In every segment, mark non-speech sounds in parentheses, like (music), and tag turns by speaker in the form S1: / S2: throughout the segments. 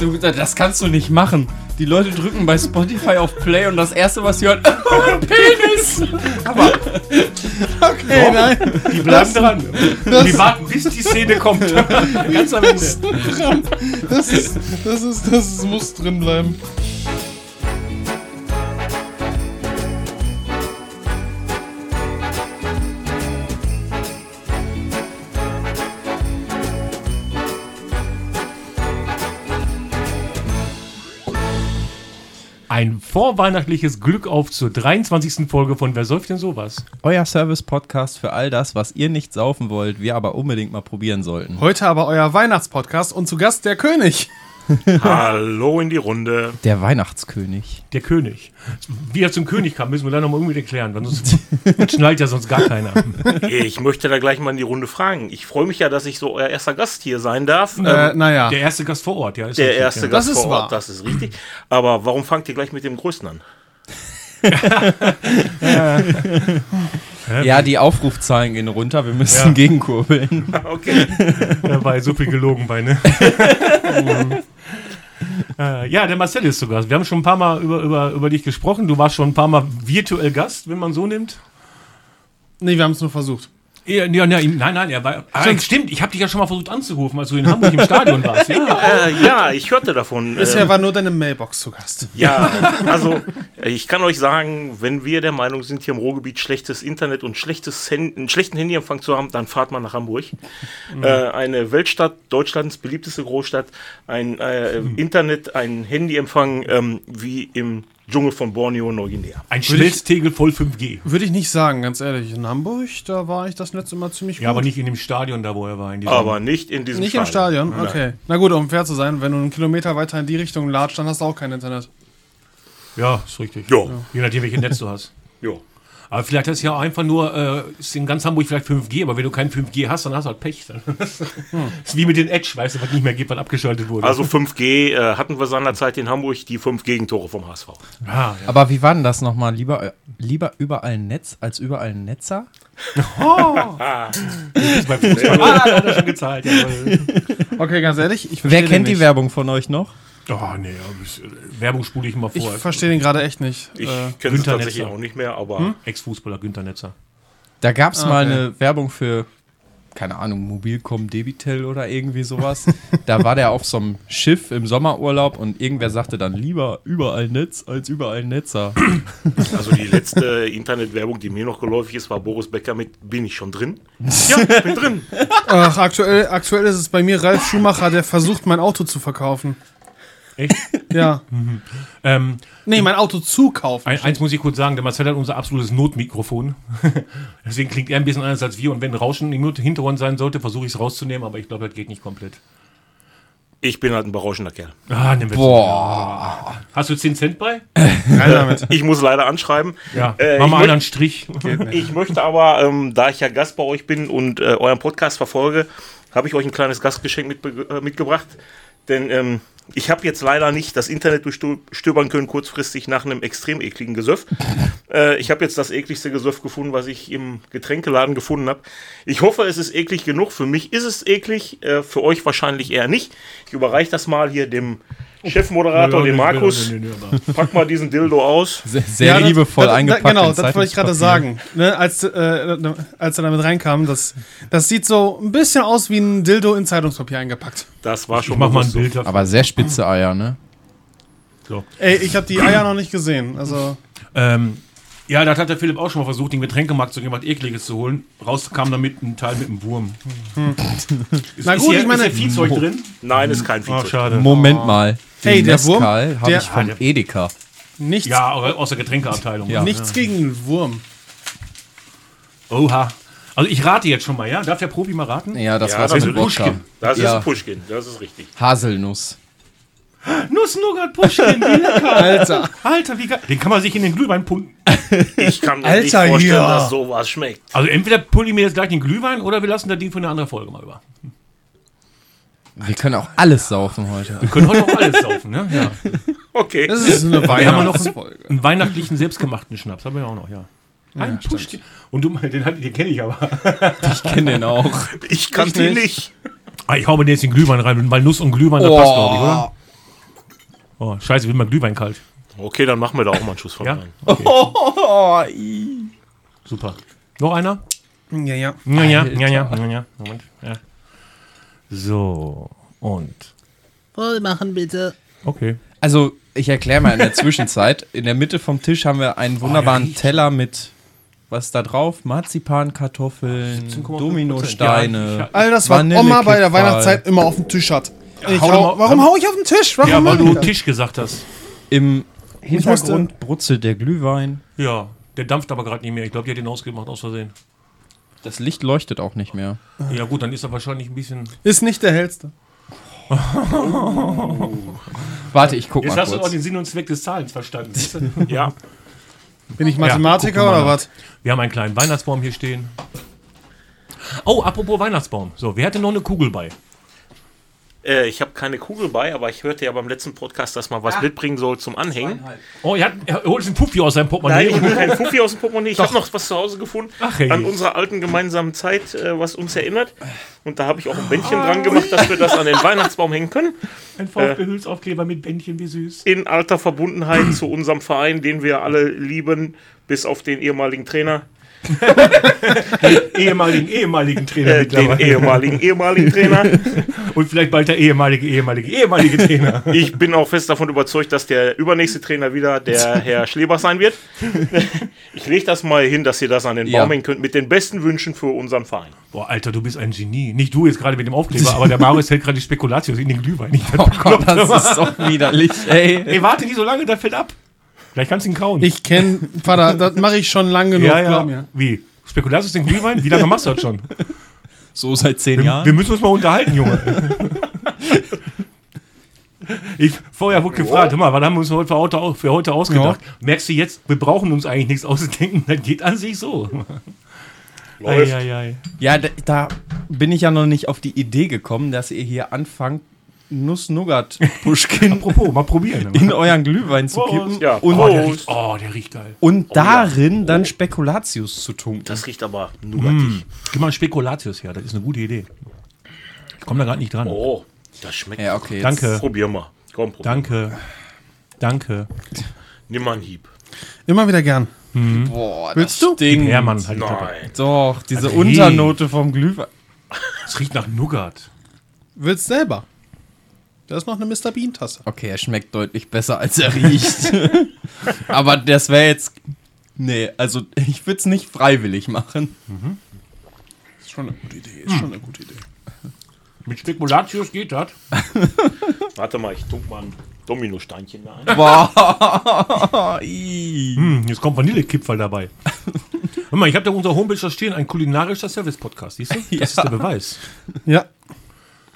S1: Du, das kannst du nicht machen. Die Leute drücken bei Spotify auf Play und das erste, was sie hören, (laughs) Penis!
S2: Aber
S3: Okay, nein.
S1: Die bleiben dran. die warten, bis die Szene
S4: (laughs)
S1: kommt. Ganz am Ende.
S3: Das ist, das ist, das ist, muss drin bleiben.
S2: ein vorweihnachtliches Glück auf zur 23. Folge von Wer säuft denn sowas?
S4: Euer Service-Podcast für all das, was ihr nicht saufen wollt, wir aber unbedingt mal probieren sollten.
S3: Heute aber euer Weihnachtspodcast und zu Gast der König.
S5: Hallo in die Runde.
S4: Der Weihnachtskönig.
S2: Der König. Wie er zum König kam, müssen wir leider noch mal irgendwie erklären, weil sonst (laughs) das schnallt ja sonst gar keiner.
S5: Ich möchte da gleich mal in die Runde fragen. Ich freue mich ja, dass ich so euer erster Gast hier sein darf.
S3: Äh,
S5: Ähm,
S3: naja.
S2: Der erste Gast vor Ort, ja. Ist
S5: der
S2: richtig,
S5: erste
S2: ja.
S5: Gast
S3: Das ist
S5: vor Ort,
S3: wahr.
S5: das ist richtig. Aber warum fangt ihr gleich mit dem Größten an?
S4: Ja, die Aufrufzahlen gehen runter, wir müssen
S2: Ja.
S4: gegenkurbeln.
S5: Okay.
S2: Da war ja so viel gelogen bei, (laughs) ne? Äh, Ja, der Marcel ist zu Gast. Wir haben schon ein paar Mal über, über, über dich gesprochen. Du warst schon ein paar Mal virtuell Gast, wenn man so nimmt.
S3: Nee, wir haben es nur versucht.
S2: Ja, ja, ja, ihm- nein, nein, er war. Ah, stimmt, ich habe dich ja schon mal versucht anzurufen, als du in Hamburg im Stadion (laughs) warst. Ja.
S5: äh, ja, ich hörte davon.
S3: Bisher
S5: Ähm,
S3: war nur deine Mailbox zu Gast.
S5: ja, also äh, ich kann euch sagen, wenn wir der Meinung sind, hier im Ruhrgebiet schlechtes Internet und schlechtes Hand einen schlechten Handyempfang zu haben, dann fahrt mal nach Hamburg.
S2: Mhm.
S5: Äh, eine Weltstadt, Deutschlands beliebteste Großstadt, ein äh,
S2: Mhm.
S5: Internet, ein Handyempfang ähm, wie im Dschungel von Borneo, Neuguinea.
S2: Ein Schmelztegel voll 5G.
S3: Würde ich nicht sagen, ganz ehrlich. In Hamburg, da war ich das letzte Mal ziemlich
S2: Ja, aber nicht in dem Stadion, da wo er war. In diesem-
S5: Aber nicht in diesem
S3: Nicht im Stadion? Okay. Na gut, um fair zu sein, wenn du einen Kilometer weiter in die Richtung latscht, dann hast du auch kein Internet.
S2: Ja, ist richtig.
S5: Ja.
S2: Je nachdem, welches Netz du hast.
S5: Jo.
S2: Aber vielleicht hast du ja einfach nur, äh, ist in ganz Hamburg vielleicht 5G, aber wenn du kein 5G hast, dann hast du halt Pech. Dann. (laughs) ist wie mit den Edge, weißt du, was nicht mehr geht, was abgeschaltet wurde.
S5: Also 5G äh, hatten wir seinerzeit in Hamburg, die fünf Gegentore vom HSV.
S2: ah, ja.
S4: Aber wie war denn das nochmal? Lieber, lieber überall Netz als überall Netzer?
S2: das ist bei Fußball. ah, da hat er schon gezahlt. Ja.
S3: Okay, ganz ehrlich, ich
S4: Wer
S3: verstehe
S4: kennt
S3: den
S4: die
S3: nicht.
S4: Werbung von euch noch?
S2: Oh, nee, aber ich- äh, Werbung spule ich immer
S3: Ich
S2: vor.
S3: verstehe den gerade echt nicht. Äh,
S5: Ich kenne es
S2: Günther
S5: tatsächlich
S2: Netzer. Hm?
S5: auch nicht mehr, aber
S2: Ex-Fußballer Günter Netzer.
S4: Da gab es
S3: Ah,
S4: mal
S3: okay.
S4: eine Werbung für, keine Ahnung, Mobilcom Debitel oder irgendwie sowas. da war der auf so einem Schiff im Sommerurlaub und irgendwer sagte dann lieber überall Netz als überall Netzer.
S5: also
S2: (laughs)
S5: die letzte Internetwerbung, die mir noch geläufig ist, war Boris Becker mit Bin ich schon drin? Ja, ich bin drin.
S3: ach, aktuell, aktuell ist es bei mir Ralf Schumacher, der versucht, mein Auto zu verkaufen.
S2: Echt?
S3: Ja.
S2: ähm,
S3: Nee, mein Auto zu kaufen.
S2: Ein, eins muss ich kurz sagen, der Marcel hat unser absolutes Notmikrofon. (laughs) Deswegen klingt er ein bisschen anders als wir. Und wenn Rauschen im Hintergrund sein sollte, versuche ich es rauszunehmen, aber ich glaube, das geht nicht komplett.
S5: Ich bin halt ein berauschender Kerl.
S2: Ah, nimm Boah. Hast du 10 Cent bei?
S3: Rein damit.
S5: Ich muss leider anschreiben.
S2: Ja,
S5: Äh,
S2: mach
S5: ich
S2: mal
S5: möcht-
S2: einen
S5: (laughs)
S2: Strich.
S5: Ich möchte aber, ähm, da ich ja Gast bei euch bin und äh, euren Podcast verfolge, habe ich euch ein kleines Gastgeschenk mitbe äh, mitgebracht. Denn ähm, ich habe jetzt leider nicht das Internet durchstöbern können, kurzfristig nach einem extrem ekligen
S2: (laughs)
S5: Gesöff. äh, ich habe jetzt das ekligste Gesöff gefunden, was ich im Getränkeladen gefunden habe. Ich hoffe, es ist eklig genug. Für mich ist es eklig, äh, für euch wahrscheinlich eher nicht. Ich überreiche das mal hier dem
S2: Oh,
S5: Chefmoderator, dem Markus. (laughs) Pack mal diesen Dildo aus.
S4: Sehr, sehr
S3: Ja, das-
S4: liebevoll
S3: das,
S4: eingepackt.
S3: Da, genau,
S4: in
S3: das wollte ich gerade
S4: Zeitungspapier.
S3: sagen. Ne, als, äh, als er damit reinkam, das, das sieht so ein bisschen aus wie ein Dildo in Zeitungspapier eingepackt.
S5: Das war
S2: Ich
S5: schon
S2: mach mal ein
S5: bewusst so.
S2: Bild davon.
S4: Aber sehr spitze
S3: Hm.
S4: Eier, ne?
S2: So.
S3: Ey, ich habe die Eier noch nicht gesehen. Also,
S2: Ähm, ja, das hat der Philipp auch schon mal versucht, den Getränkemarkt zu jemand Ekliges zu holen. Raus kam damit ein Teil mit einem Wurm. Hm. Ist,
S3: Hm. Na gut,
S2: hier,
S3: ich meine-
S2: ist hier Viehzeug drin?
S5: Nein, ist kein
S2: Ah,
S5: Viehzeug.
S2: schade.
S4: Moment mal. Den
S3: Oh. Hey, der Wurm,
S4: Mezcal habe
S3: der-
S4: ich von Edeka.
S3: nichts,
S2: Ja, aber aus der Getränkeabteilung.
S4: Ja.
S3: nichts gegen einen Wurm.
S2: Oha. Also ich rate jetzt schon mal, ja? Darf der Profi mal raten?
S4: Ja, das
S5: Ja,
S4: war's
S5: das
S2: Also
S4: mit
S5: ist
S4: Wodka.
S2: Pushkin.
S5: Das
S4: Ja.
S5: ist Pushkin, das ist richtig.
S4: Haselnuss.
S2: Nussnougat Pushkin, wie lecker.
S3: Alter.
S2: Alter, wie geil. Den kann man sich in den Glühwein pumpen.
S5: (laughs) Ich kann mir
S3: Alter,
S5: nicht vorstellen,
S3: ja.
S5: dass sowas schmeckt.
S2: Also entweder pulle ich mir jetzt gleich den Glühwein oder wir lassen das Ding für eine andere Folge mal über.
S4: Wir können auch alles saufen heute.
S2: Wir können heute noch alles saufen, ne? Ja.
S5: Okay.
S3: Das ist eine
S2: Wir haben ja noch
S3: Weihnachtsfolge.
S2: einen, einen weihnachtlichen, selbstgemachten Schnaps. Haben wir ja auch noch, ja. Ein Pushkin. Und du, den, hat- den kenne ich aber.
S4: Ich kenne den auch.
S5: Ich kannte ihn nicht.
S2: Oh. Ah, Ich hau mir jetzt den Glühwein rein, weil Nuss und Glühwein, das passt, glaube ich, oder? Oh, scheiße, wird mal Glühwein kalt.
S5: Okay, dann machen wir da auch mal einen Schuss von
S2: Ja?
S5: rein.
S4: Oh, i.
S2: Super. Noch einer?
S3: Ja, ja.
S2: Ja, ja, ja, ja, ja, ja. Moment. Ja. So, und.
S6: Voll machen bitte.
S2: Okay.
S4: also, ich erkläre mal in der Zwischenzeit. In der Mitte vom Tisch haben wir
S2: Oh,
S4: einen wunderbaren Teller mit, was ist da drauf? Marzipankartoffeln,
S2: 17,5%. Ja,
S4: Dominosteine.
S2: ich-
S3: All das, was Oma bei
S4: Vanillekipferl.
S3: der Weihnachtszeit immer auf den Tisch hat. Ich
S2: hau doch
S3: hau,
S2: mal-
S3: warum hau ich auf den Tisch? Warum
S2: Ja, weil
S3: machen
S4: (laughs)
S2: du
S3: die das?
S2: Tisch gesagt hast.
S4: Im
S3: musste-
S4: Hintergrund brutzelt der Glühwein.
S2: Ja, der dampft aber gerade nicht mehr. Ich glaube, die hat den ausgemacht, aus Versehen.
S4: Das Licht leuchtet auch nicht mehr.
S2: Ja, gut, dann ist er wahrscheinlich ein bisschen.
S3: Ist nicht der hellste.
S4: Warte, ich guck
S2: Jetzt
S4: mal
S2: hast du auch
S4: kurz.
S2: den Sinn und Zweck des Zahlens verstanden. (laughs)
S5: Ja,
S3: Bin ich
S2: guck
S3: Mathematiker
S2: mal
S3: oder
S2: nach.
S3: was?
S2: Wir haben einen kleinen Weihnachtsbaum hier stehen. Oh, apropos Weihnachtsbaum. So, wer hatte noch eine Kugel bei?
S5: äh, ich habe keine Kugel bei, aber ich hörte ja beim letzten Podcast, dass man was mitbringen soll zum Anhängen.
S2: Oh, er, hat, er holt einen Puffi aus seinem
S5: Nein,
S2: Portemonnaie.
S5: ich will keinen Fuffi aus dem Portemonnaie. Ich habe noch was zu Hause gefunden
S2: Ach, hey.
S5: an unserer alten gemeinsamen Zeit, äh, was uns erinnert. Und da habe ich auch ein Bändchen
S2: Ah.
S5: dran gemacht, dass wir das an den Weihnachtsbaum hängen können.
S2: Ein VfB-Hülsaufkleber mit Bändchen, wie süß.
S5: In alter Verbundenheit zu unserem Verein, den wir alle lieben, bis auf den ehemaligen Trainer.
S2: Ehemaligen, ehemaligen Trainer
S5: Äh, den
S2: mittlerweile.
S5: ehemaligen, ehemaligen Trainer.
S2: Und vielleicht bald der ehemalige, ehemalige, ehemalige Trainer.
S5: Ich bin auch fest davon überzeugt, dass der übernächste Trainer
S4: (laughs)
S5: wieder der Herr Schlebach sein wird. Ich lege das mal hin, dass ihr das an den
S4: Ja.
S5: Baum hängen könnt, mit den besten Wünschen für unseren Verein.
S2: (laughs) Boah, Alter, du bist ein Genie. Nicht du jetzt gerade mit dem Aufkleber, aber der Marius hält gerade die Spekulatius in den Glühwein. Ich
S4: (laughs) Oh Gott, das ist doch widerlich, ey.
S2: Ey, warte nicht so lange, der fällt ab. Vielleicht kannst du ihn kauen.
S3: Ich kenn, Vater, das mache ich schon lange genug,
S2: ja, ja.
S3: glaub mir.
S2: Wie? Spekulatius den Glühwein? Wie lange machst du das (laughs) schon?
S4: So seit zehn
S2: Wir,
S4: Jahren.
S2: wir müssen uns mal unterhalten, (laughs) Junge. Ich, vorher wurde gefragt, hör mal, was haben wir uns heute für, Auto, au- für heute ausgedacht? Merkst du jetzt, wir brauchen uns eigentlich nichts auszudenken, das geht an sich so.
S5: Läuft.
S2: Eieiei.
S4: Ja, da, da bin ich ja noch nicht auf die Idee gekommen, dass ihr hier anfangt, Nuss-Nougat-Pushkin
S2: Apropos, mal probieren. ne?
S4: in euren Glühwein zu kippen
S5: Ja,
S4: und,
S2: Oh, der riecht,
S5: Prost.
S2: oh, der riecht geil.
S4: und darin dann Spekulatius zu tunken.
S5: Das riecht aber
S4: Mm.
S5: nugatig.
S2: Gib mal einen Spekulatius her, das ist eine gute Idee. Ich komme da gerade nicht dran.
S5: Oh, das schmeckt. Äh,
S4: Ja, okay. jetzt-
S2: Danke,
S5: Probier mal. Komm, probier.
S2: danke, danke.
S5: Nimm mal einen Hieb.
S3: Immer wieder gern.
S4: Boah,
S3: Willst
S4: Willst
S3: du?
S4: das Ding.
S2: Hermann, halt die Klappe.
S5: Nein.
S4: Doch, diese
S2: Ach, nee.
S4: Unternote vom Glühwein.
S2: Es riecht nach Nougat.
S3: Willst selber. Da ist noch eine Mr. Bean-Tasse.
S4: Okay, er schmeckt deutlich besser, als er (laughs) riecht. Aber das wäre jetzt. Nee, also ich würde es nicht freiwillig machen.
S3: Ist schon eine gute Idee, ist schon eine gute Idee.
S2: Mit Spekulatius geht das.
S5: Warte mal, ich tunk mal ein Dominosteinchen da ein.
S4: Boah. ii.
S2: Hm, jetzt kommt Vanillekipferl (laughs) dabei. Hör mal, ich habe da auf unserer Homepage da stehen, ein kulinarischer Service-Podcast, siehst du? Das (laughs) ist der Beweis.
S3: Ja.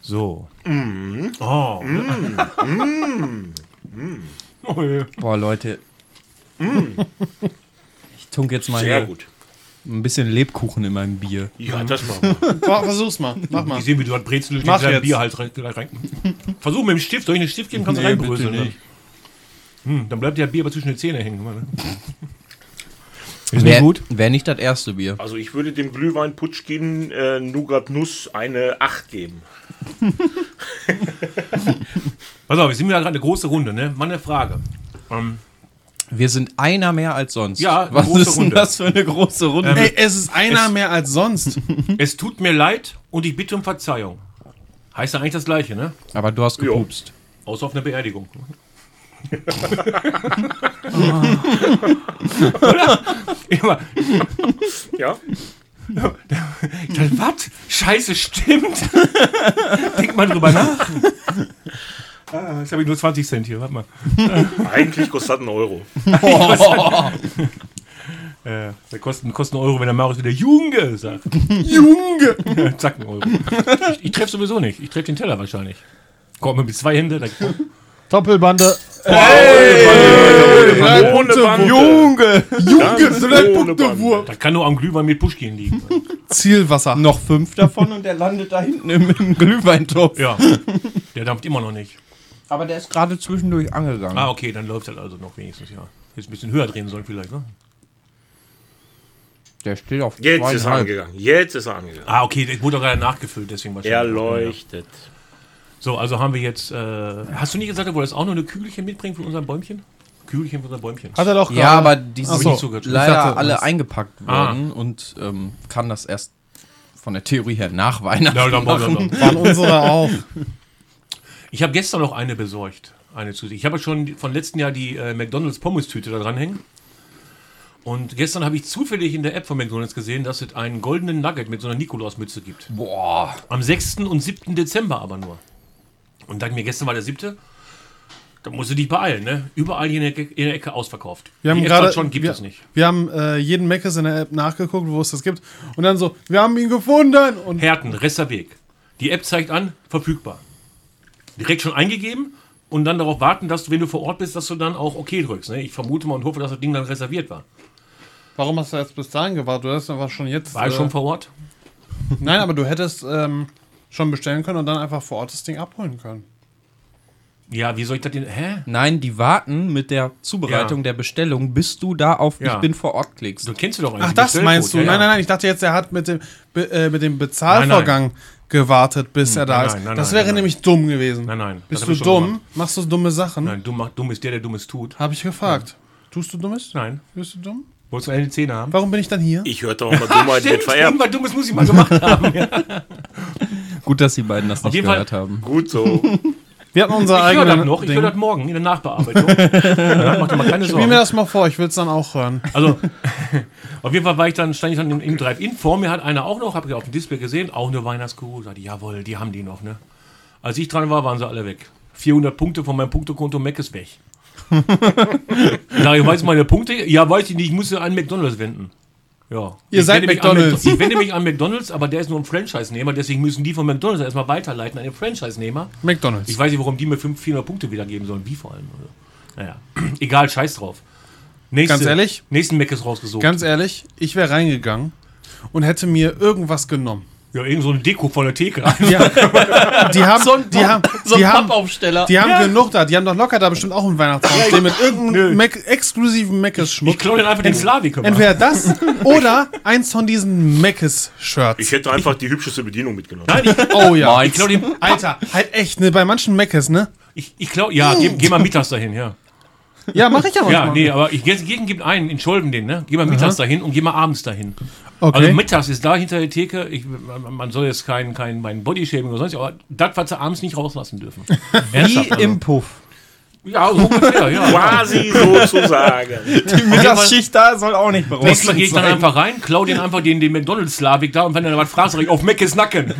S2: So. Oh. Mm. Oh, ja.
S4: Boah, Leute. Mm. Ich tunke jetzt mal
S5: Sehr
S4: hier
S5: gut.
S4: ein bisschen Lebkuchen in meinem Bier.
S5: Ja, das machen wir.
S3: Boah, versuch's mal, mach mal.
S2: Ich sehe, wie du halt Brezel durch den
S3: Mach
S2: kleinen
S3: jetzt.
S2: Bierhals halt rein, rein. Versuch mit dem Stift, soll ich einen Stift geben? Kannst du
S4: Nee,
S2: reinbröseln.
S4: bitte
S2: Ne?
S4: nicht.
S2: Hm, dann bleibt ja Bier aber zwischen den Zähnen hängen. Ne? Ist
S4: Wäre wär nicht das erste Bier.
S5: Also ich würde dem Glühwein Putschkin äh, Nougat Nuss eine 8 geben.
S2: Pass auf, wir sind ja gerade eine große Runde, ne? Mal eine Frage. Ähm,
S4: Wir sind einer mehr als sonst.
S2: Ja, eine
S4: was
S2: große
S4: ist denn
S2: Runde.
S4: das für eine große Runde?
S3: Ey, es ist einer mehr als sonst.
S2: es tut mir leid und ich bitte um Verzeihung. Heißt ja eigentlich das Gleiche, ne?
S4: Aber du hast
S5: Jo.
S4: gepupst.
S2: Außer auf eine Beerdigung. Oder? Immer.
S5: Ja?
S2: Dann, was? Scheiße, stimmt. Denk mal drüber nach. Ah, jetzt habe ich nur 20 Cent hier, warte mal.
S5: Eigentlich kostet das einen Euro.
S2: Äh, der kostet, kostet einen Euro, wenn der Marius wieder Junge sagt. Junge! (laughs) Zack, ein Euro. Ich, ich treffe sowieso nicht. Ich treffe den Teller wahrscheinlich. Kommt mit zwei Händen. Dann,
S3: Doppelbande.
S5: Ohne Bande.
S4: Junge!
S5: Ganz ohne Bande.
S2: das kann nur am Glühwein mit Puschkin liegen.
S3: Zielwasser.
S4: Noch fünf davon und er landet da hinten im, im Glühweintopf.
S2: Ja, (laughs) der dampft immer noch nicht.
S4: Aber der ist gerade zwischendurch angegangen.
S2: Ah, okay, dann läuft das also noch wenigstens, ja. Jetzt ein bisschen höher drehen sollen vielleicht, ne?
S4: Der steht auf
S5: Jetzt ist er
S4: zweieinhalb.
S5: angegangen. Jetzt ist er angegangen.
S2: Ah, okay, der wurde doch gerade nachgefüllt, deswegen
S5: Er
S2: wahrscheinlich.
S5: leuchtet.
S2: So, also haben wir jetzt. Äh, hast du nicht gesagt, er wollte jetzt auch noch eine Kügelchen mitbringen von unserem Bäumchen? Kügelchen von unserem Bäumchen.
S3: Hat er doch
S4: Ja, aber die
S3: Ähm, Ach
S4: sind
S3: so,
S2: ich
S4: leider
S3: dachte,
S4: alle
S3: was-
S4: eingepackt
S2: Ah.
S4: worden und ähm, kann das erst von der Theorie her nach Weihnachten
S2: Ja, dann-
S4: machen.
S2: dann-
S3: waren unsere auch.
S2: Ich habe gestern noch eine besorgt. Eine zu Ich habe schon von letzten Jahr die äh, McDonalds Pommes-Tüte da dranhängen. Und gestern habe ich zufällig in der App von McDonalds gesehen, dass es einen goldenen Nugget mit so einer Nikolausmütze gibt.
S4: Boah,
S2: Am 6. und 7. Dezember aber nur. Und dann mir gestern war der 7. Da musst du dich beeilen, ne? Überall hier in der, Ecke- in der Ecke ausverkauft.
S3: Wir haben
S2: die
S3: gerade
S2: schon gibt
S3: wir,
S2: es nicht.
S3: Wir haben äh, jeden Meckes in der App nachgeguckt, wo es das gibt. Und dann so, wir haben ihn gefunden. Und
S2: Herten, Resser Weg. Die App zeigt an, verfügbar. Direkt schon eingegeben und dann darauf warten, dass du, wenn du vor Ort bist, dass du dann auch OK drückst. Ne? Ich vermute mal und hoffe, dass das Ding dann reserviert war.
S7: Warum hast du jetzt bis dahin gewartet? Du hast einfach schon jetzt.
S3: äh,
S2: War ich schon vor Ort?
S3: nein, aber du hättest ähm, schon bestellen können und dann einfach vor Ort das Ding abholen können.
S2: Ja, wie soll ich das denn? Hä?
S4: Nein, die warten mit der Zubereitung
S2: Ja.
S4: der Bestellung, bis du da auf
S2: Ja.
S4: Ich bin vor Ort klickst.
S2: Du kennst du doch eigentlich.
S3: Ach, das
S2: Bestellcode,
S3: meinst du?
S2: Ja, ja.
S3: Nein, nein, nein. Ich dachte jetzt, er hat mit dem, Be äh, mit dem Bezahlvorgang gewartet, bis er da
S2: Hm, nein,
S3: ist.
S2: nein, nein,
S3: das
S2: nein,
S3: wäre
S2: nein.
S3: nämlich dumm gewesen.
S2: Nein, nein, das
S3: Bist
S2: hab
S3: du
S2: ich schon
S3: dumm?
S2: gemacht.
S3: Machst du dumme Sachen?
S2: Nein, dumm, macht- dumm ist der, der Dummes tut.
S3: Habe ich gefragt. Tust du Dummes?
S2: Nein.
S3: Bist du dumm?
S2: Wolltest du eine Zähne haben?
S3: Warum bin ich dann hier?
S5: Ich hörte auch mal Dummheit (laughs) wird vererbt.
S2: irgendwas Dummes muss ich mal gemacht haben. Ja.
S4: Gut, dass die beiden das nicht
S2: jeden
S4: gehört haben.
S5: Gut so.
S3: Wir hatten unser
S2: Ich höre
S3: eigenes
S2: das noch, ich
S3: Ding.
S2: höre das morgen in der Nachbearbeitung. (laughs) ja, mach dir mal keine
S3: Spiel mir
S2: Sorgen.
S3: das mal vor, ich will es dann auch hören.
S2: (laughs) Also, auf jeden Fall war ich dann, stand ich dann im, im Drive-In. Vor mir hat einer auch noch, habe ich auf dem Display gesehen, auch eine Weihnachtskuh. Sagte, jawohl, die haben die noch, ne? Als ich dran war, waren sie alle weg. 400 Punkte von meinem Punktekonto Mac
S3: (laughs)
S2: ist weg. Sag ich, weiß meine Punkte? Ja, weiß ich nicht, ich muss ja an McDonalds wenden. Ja.
S3: Ihr
S2: ich
S3: seid
S2: wende mich an
S3: McDonald's.
S2: Mc- Ich wende mich an McDonalds, aber der ist nur ein Franchise-Nehmer, deswegen müssen die von McDonalds erstmal weiterleiten an den Franchise-Nehmer.
S3: McDonalds.
S2: Ich weiß nicht, warum die mir 500, 400 Punkte wiedergeben sollen. Wie vor allem. Also, naja, (clears throat) egal, scheiß drauf. Nächste,
S3: Ganz ehrlich?
S2: Nächsten Mac ist rausgesucht.
S3: Ganz ehrlich, ich wäre reingegangen und hätte mir irgendwas
S2: (laughs)
S3: genommen.
S2: ja, irgend so eine Deko von der Theke. (laughs)
S3: Die haben, die haben,
S7: So
S3: die
S7: ein
S3: haben,
S7: Pappaufsteller.
S3: die haben genug da. Die haben doch locker da bestimmt auch einen Weihnachtsbaum stehen mit irgendeinem Mac exklusiven
S2: ich
S3: Meckes-Schmuck.
S2: klaue den einfach den Slavik. hör mal.
S3: Entweder (laughs) das oder eins von diesen Meckes-Shirts.
S5: Ich hätte einfach die hübscheste Bedienung mitgenommen.
S2: Nein, ich,
S3: Oh ja.
S2: Ah, ich klaue den.
S3: Alter, halt echt, ne, bei manchen Meckes, ne?
S2: Ich, ich klau, ja, geh, geh mal mittags dahin, ja.
S3: Ja, mach Oh, ich ja manchmal.
S2: Ja, nee, aber ich, Gegen gibt einen in Scholben den, ne? Geh mal mittags dahin und geh mal abends dahin.
S3: Okay.
S2: Also mittags ist da hinter der Theke, ich, man, man soll jetzt kein, kein mein Bodyshaming oder sonst, aber das, was sie abends nicht
S3: (laughs)
S2: rauslassen dürfen.
S4: Wie
S2: Ernsthaft, also.
S4: im Puff.
S2: Ja, so ungefähr, ja.
S5: Quasi sozusagen.
S4: Die Mittagsschicht da soll auch nicht
S2: Nächstes Mal gehe ich dann
S4: sein.
S2: einfach rein, klau den einfach den, den McDonalds-Slavik da und wenn er was fragt, sag ich auf Meckes Nacken.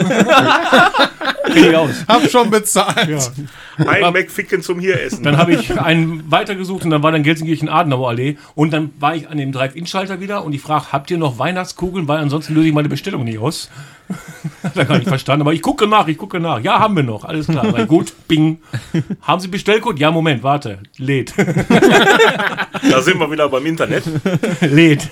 S2: Kenn ich aus.
S3: Hab schon bezahlt.
S5: Ein McFicken zum Hieressen.
S2: Dann habe ich einen weitergesucht und dann war dann Gelsenkirchen Adenauer Allee und dann war ich an dem Drive-In-Schalter wieder und ich frage, habt ihr noch Weihnachtskugeln, weil ansonsten löse ich meine Bestellung nicht aus. (laughs) Hat er gar nicht verstanden, aber ich gucke nach, ich gucke nach. Ja, haben wir noch, alles klar. Sag ich, gut, bing. Haben Sie Bestellcode? Ja, Moment, warte. Lädt. (laughs)
S5: Da sind wir wieder beim Internet.
S2: Lädt.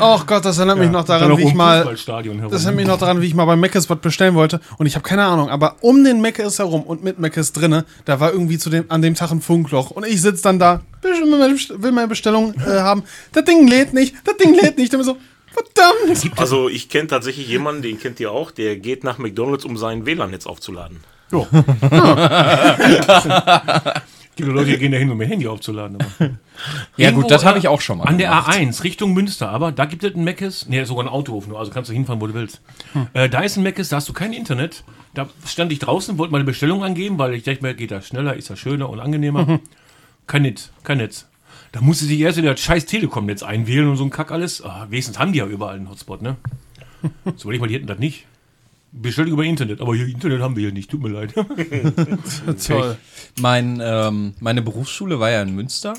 S3: Oh Gott, das erinnert mich noch daran,
S2: Dann
S3: wie
S2: noch
S3: ich
S2: um
S3: mal
S2: Fußballstadion
S3: Das
S2: herum.
S3: erinnert mich noch daran, wie ich mal bei Meckes was bestellen wollte. Und ich habe keine Ahnung, aber um den Meckes herum und mit Meckes drinne, da war irgendwie zu dem, an dem Tag ein Funkloch. Und ich sitze dann da, will meine Bestellung äh, haben. Das Ding lädt nicht, das Ding lädt nicht. Und so, verdammt.
S5: Also ich kenne tatsächlich jemanden, den kennt ihr auch, der geht nach McDonalds, um sein WLAN-Netz aufzuladen.
S4: (laughs)
S2: Ja. Es gibt Leute, die gehen da hin, um ihr Handy aufzuladen. Aber.
S4: Ja
S2: Irgendwo
S4: gut, das habe
S2: an-
S4: ich auch schon mal
S2: An der
S4: gemacht.
S2: A1 Richtung Münster, aber da gibt es einen Meckes, nee, sogar einen Autohof nur, also kannst du hinfahren, wo du willst. Äh, da ist ein Meckes, da hast du kein Internet. Da stand ich draußen, wollte meine Bestellung angeben, weil ich dachte mir, geht das schneller, ist das schöner und angenehmer. kein Netz, kein Netz. Da musste sich erst wieder das scheiß Telekom-Netz einwählen und so ein Kack alles. Ah, wenigstens haben die ja überall einen Hotspot, ne? So will ich mal, die hätten das nicht. Bestellung über Internet, aber hier Internet haben wir hier nicht, tut mir leid.
S3: Toll.
S4: Mein, ähm, meine Berufsschule war ja in Münster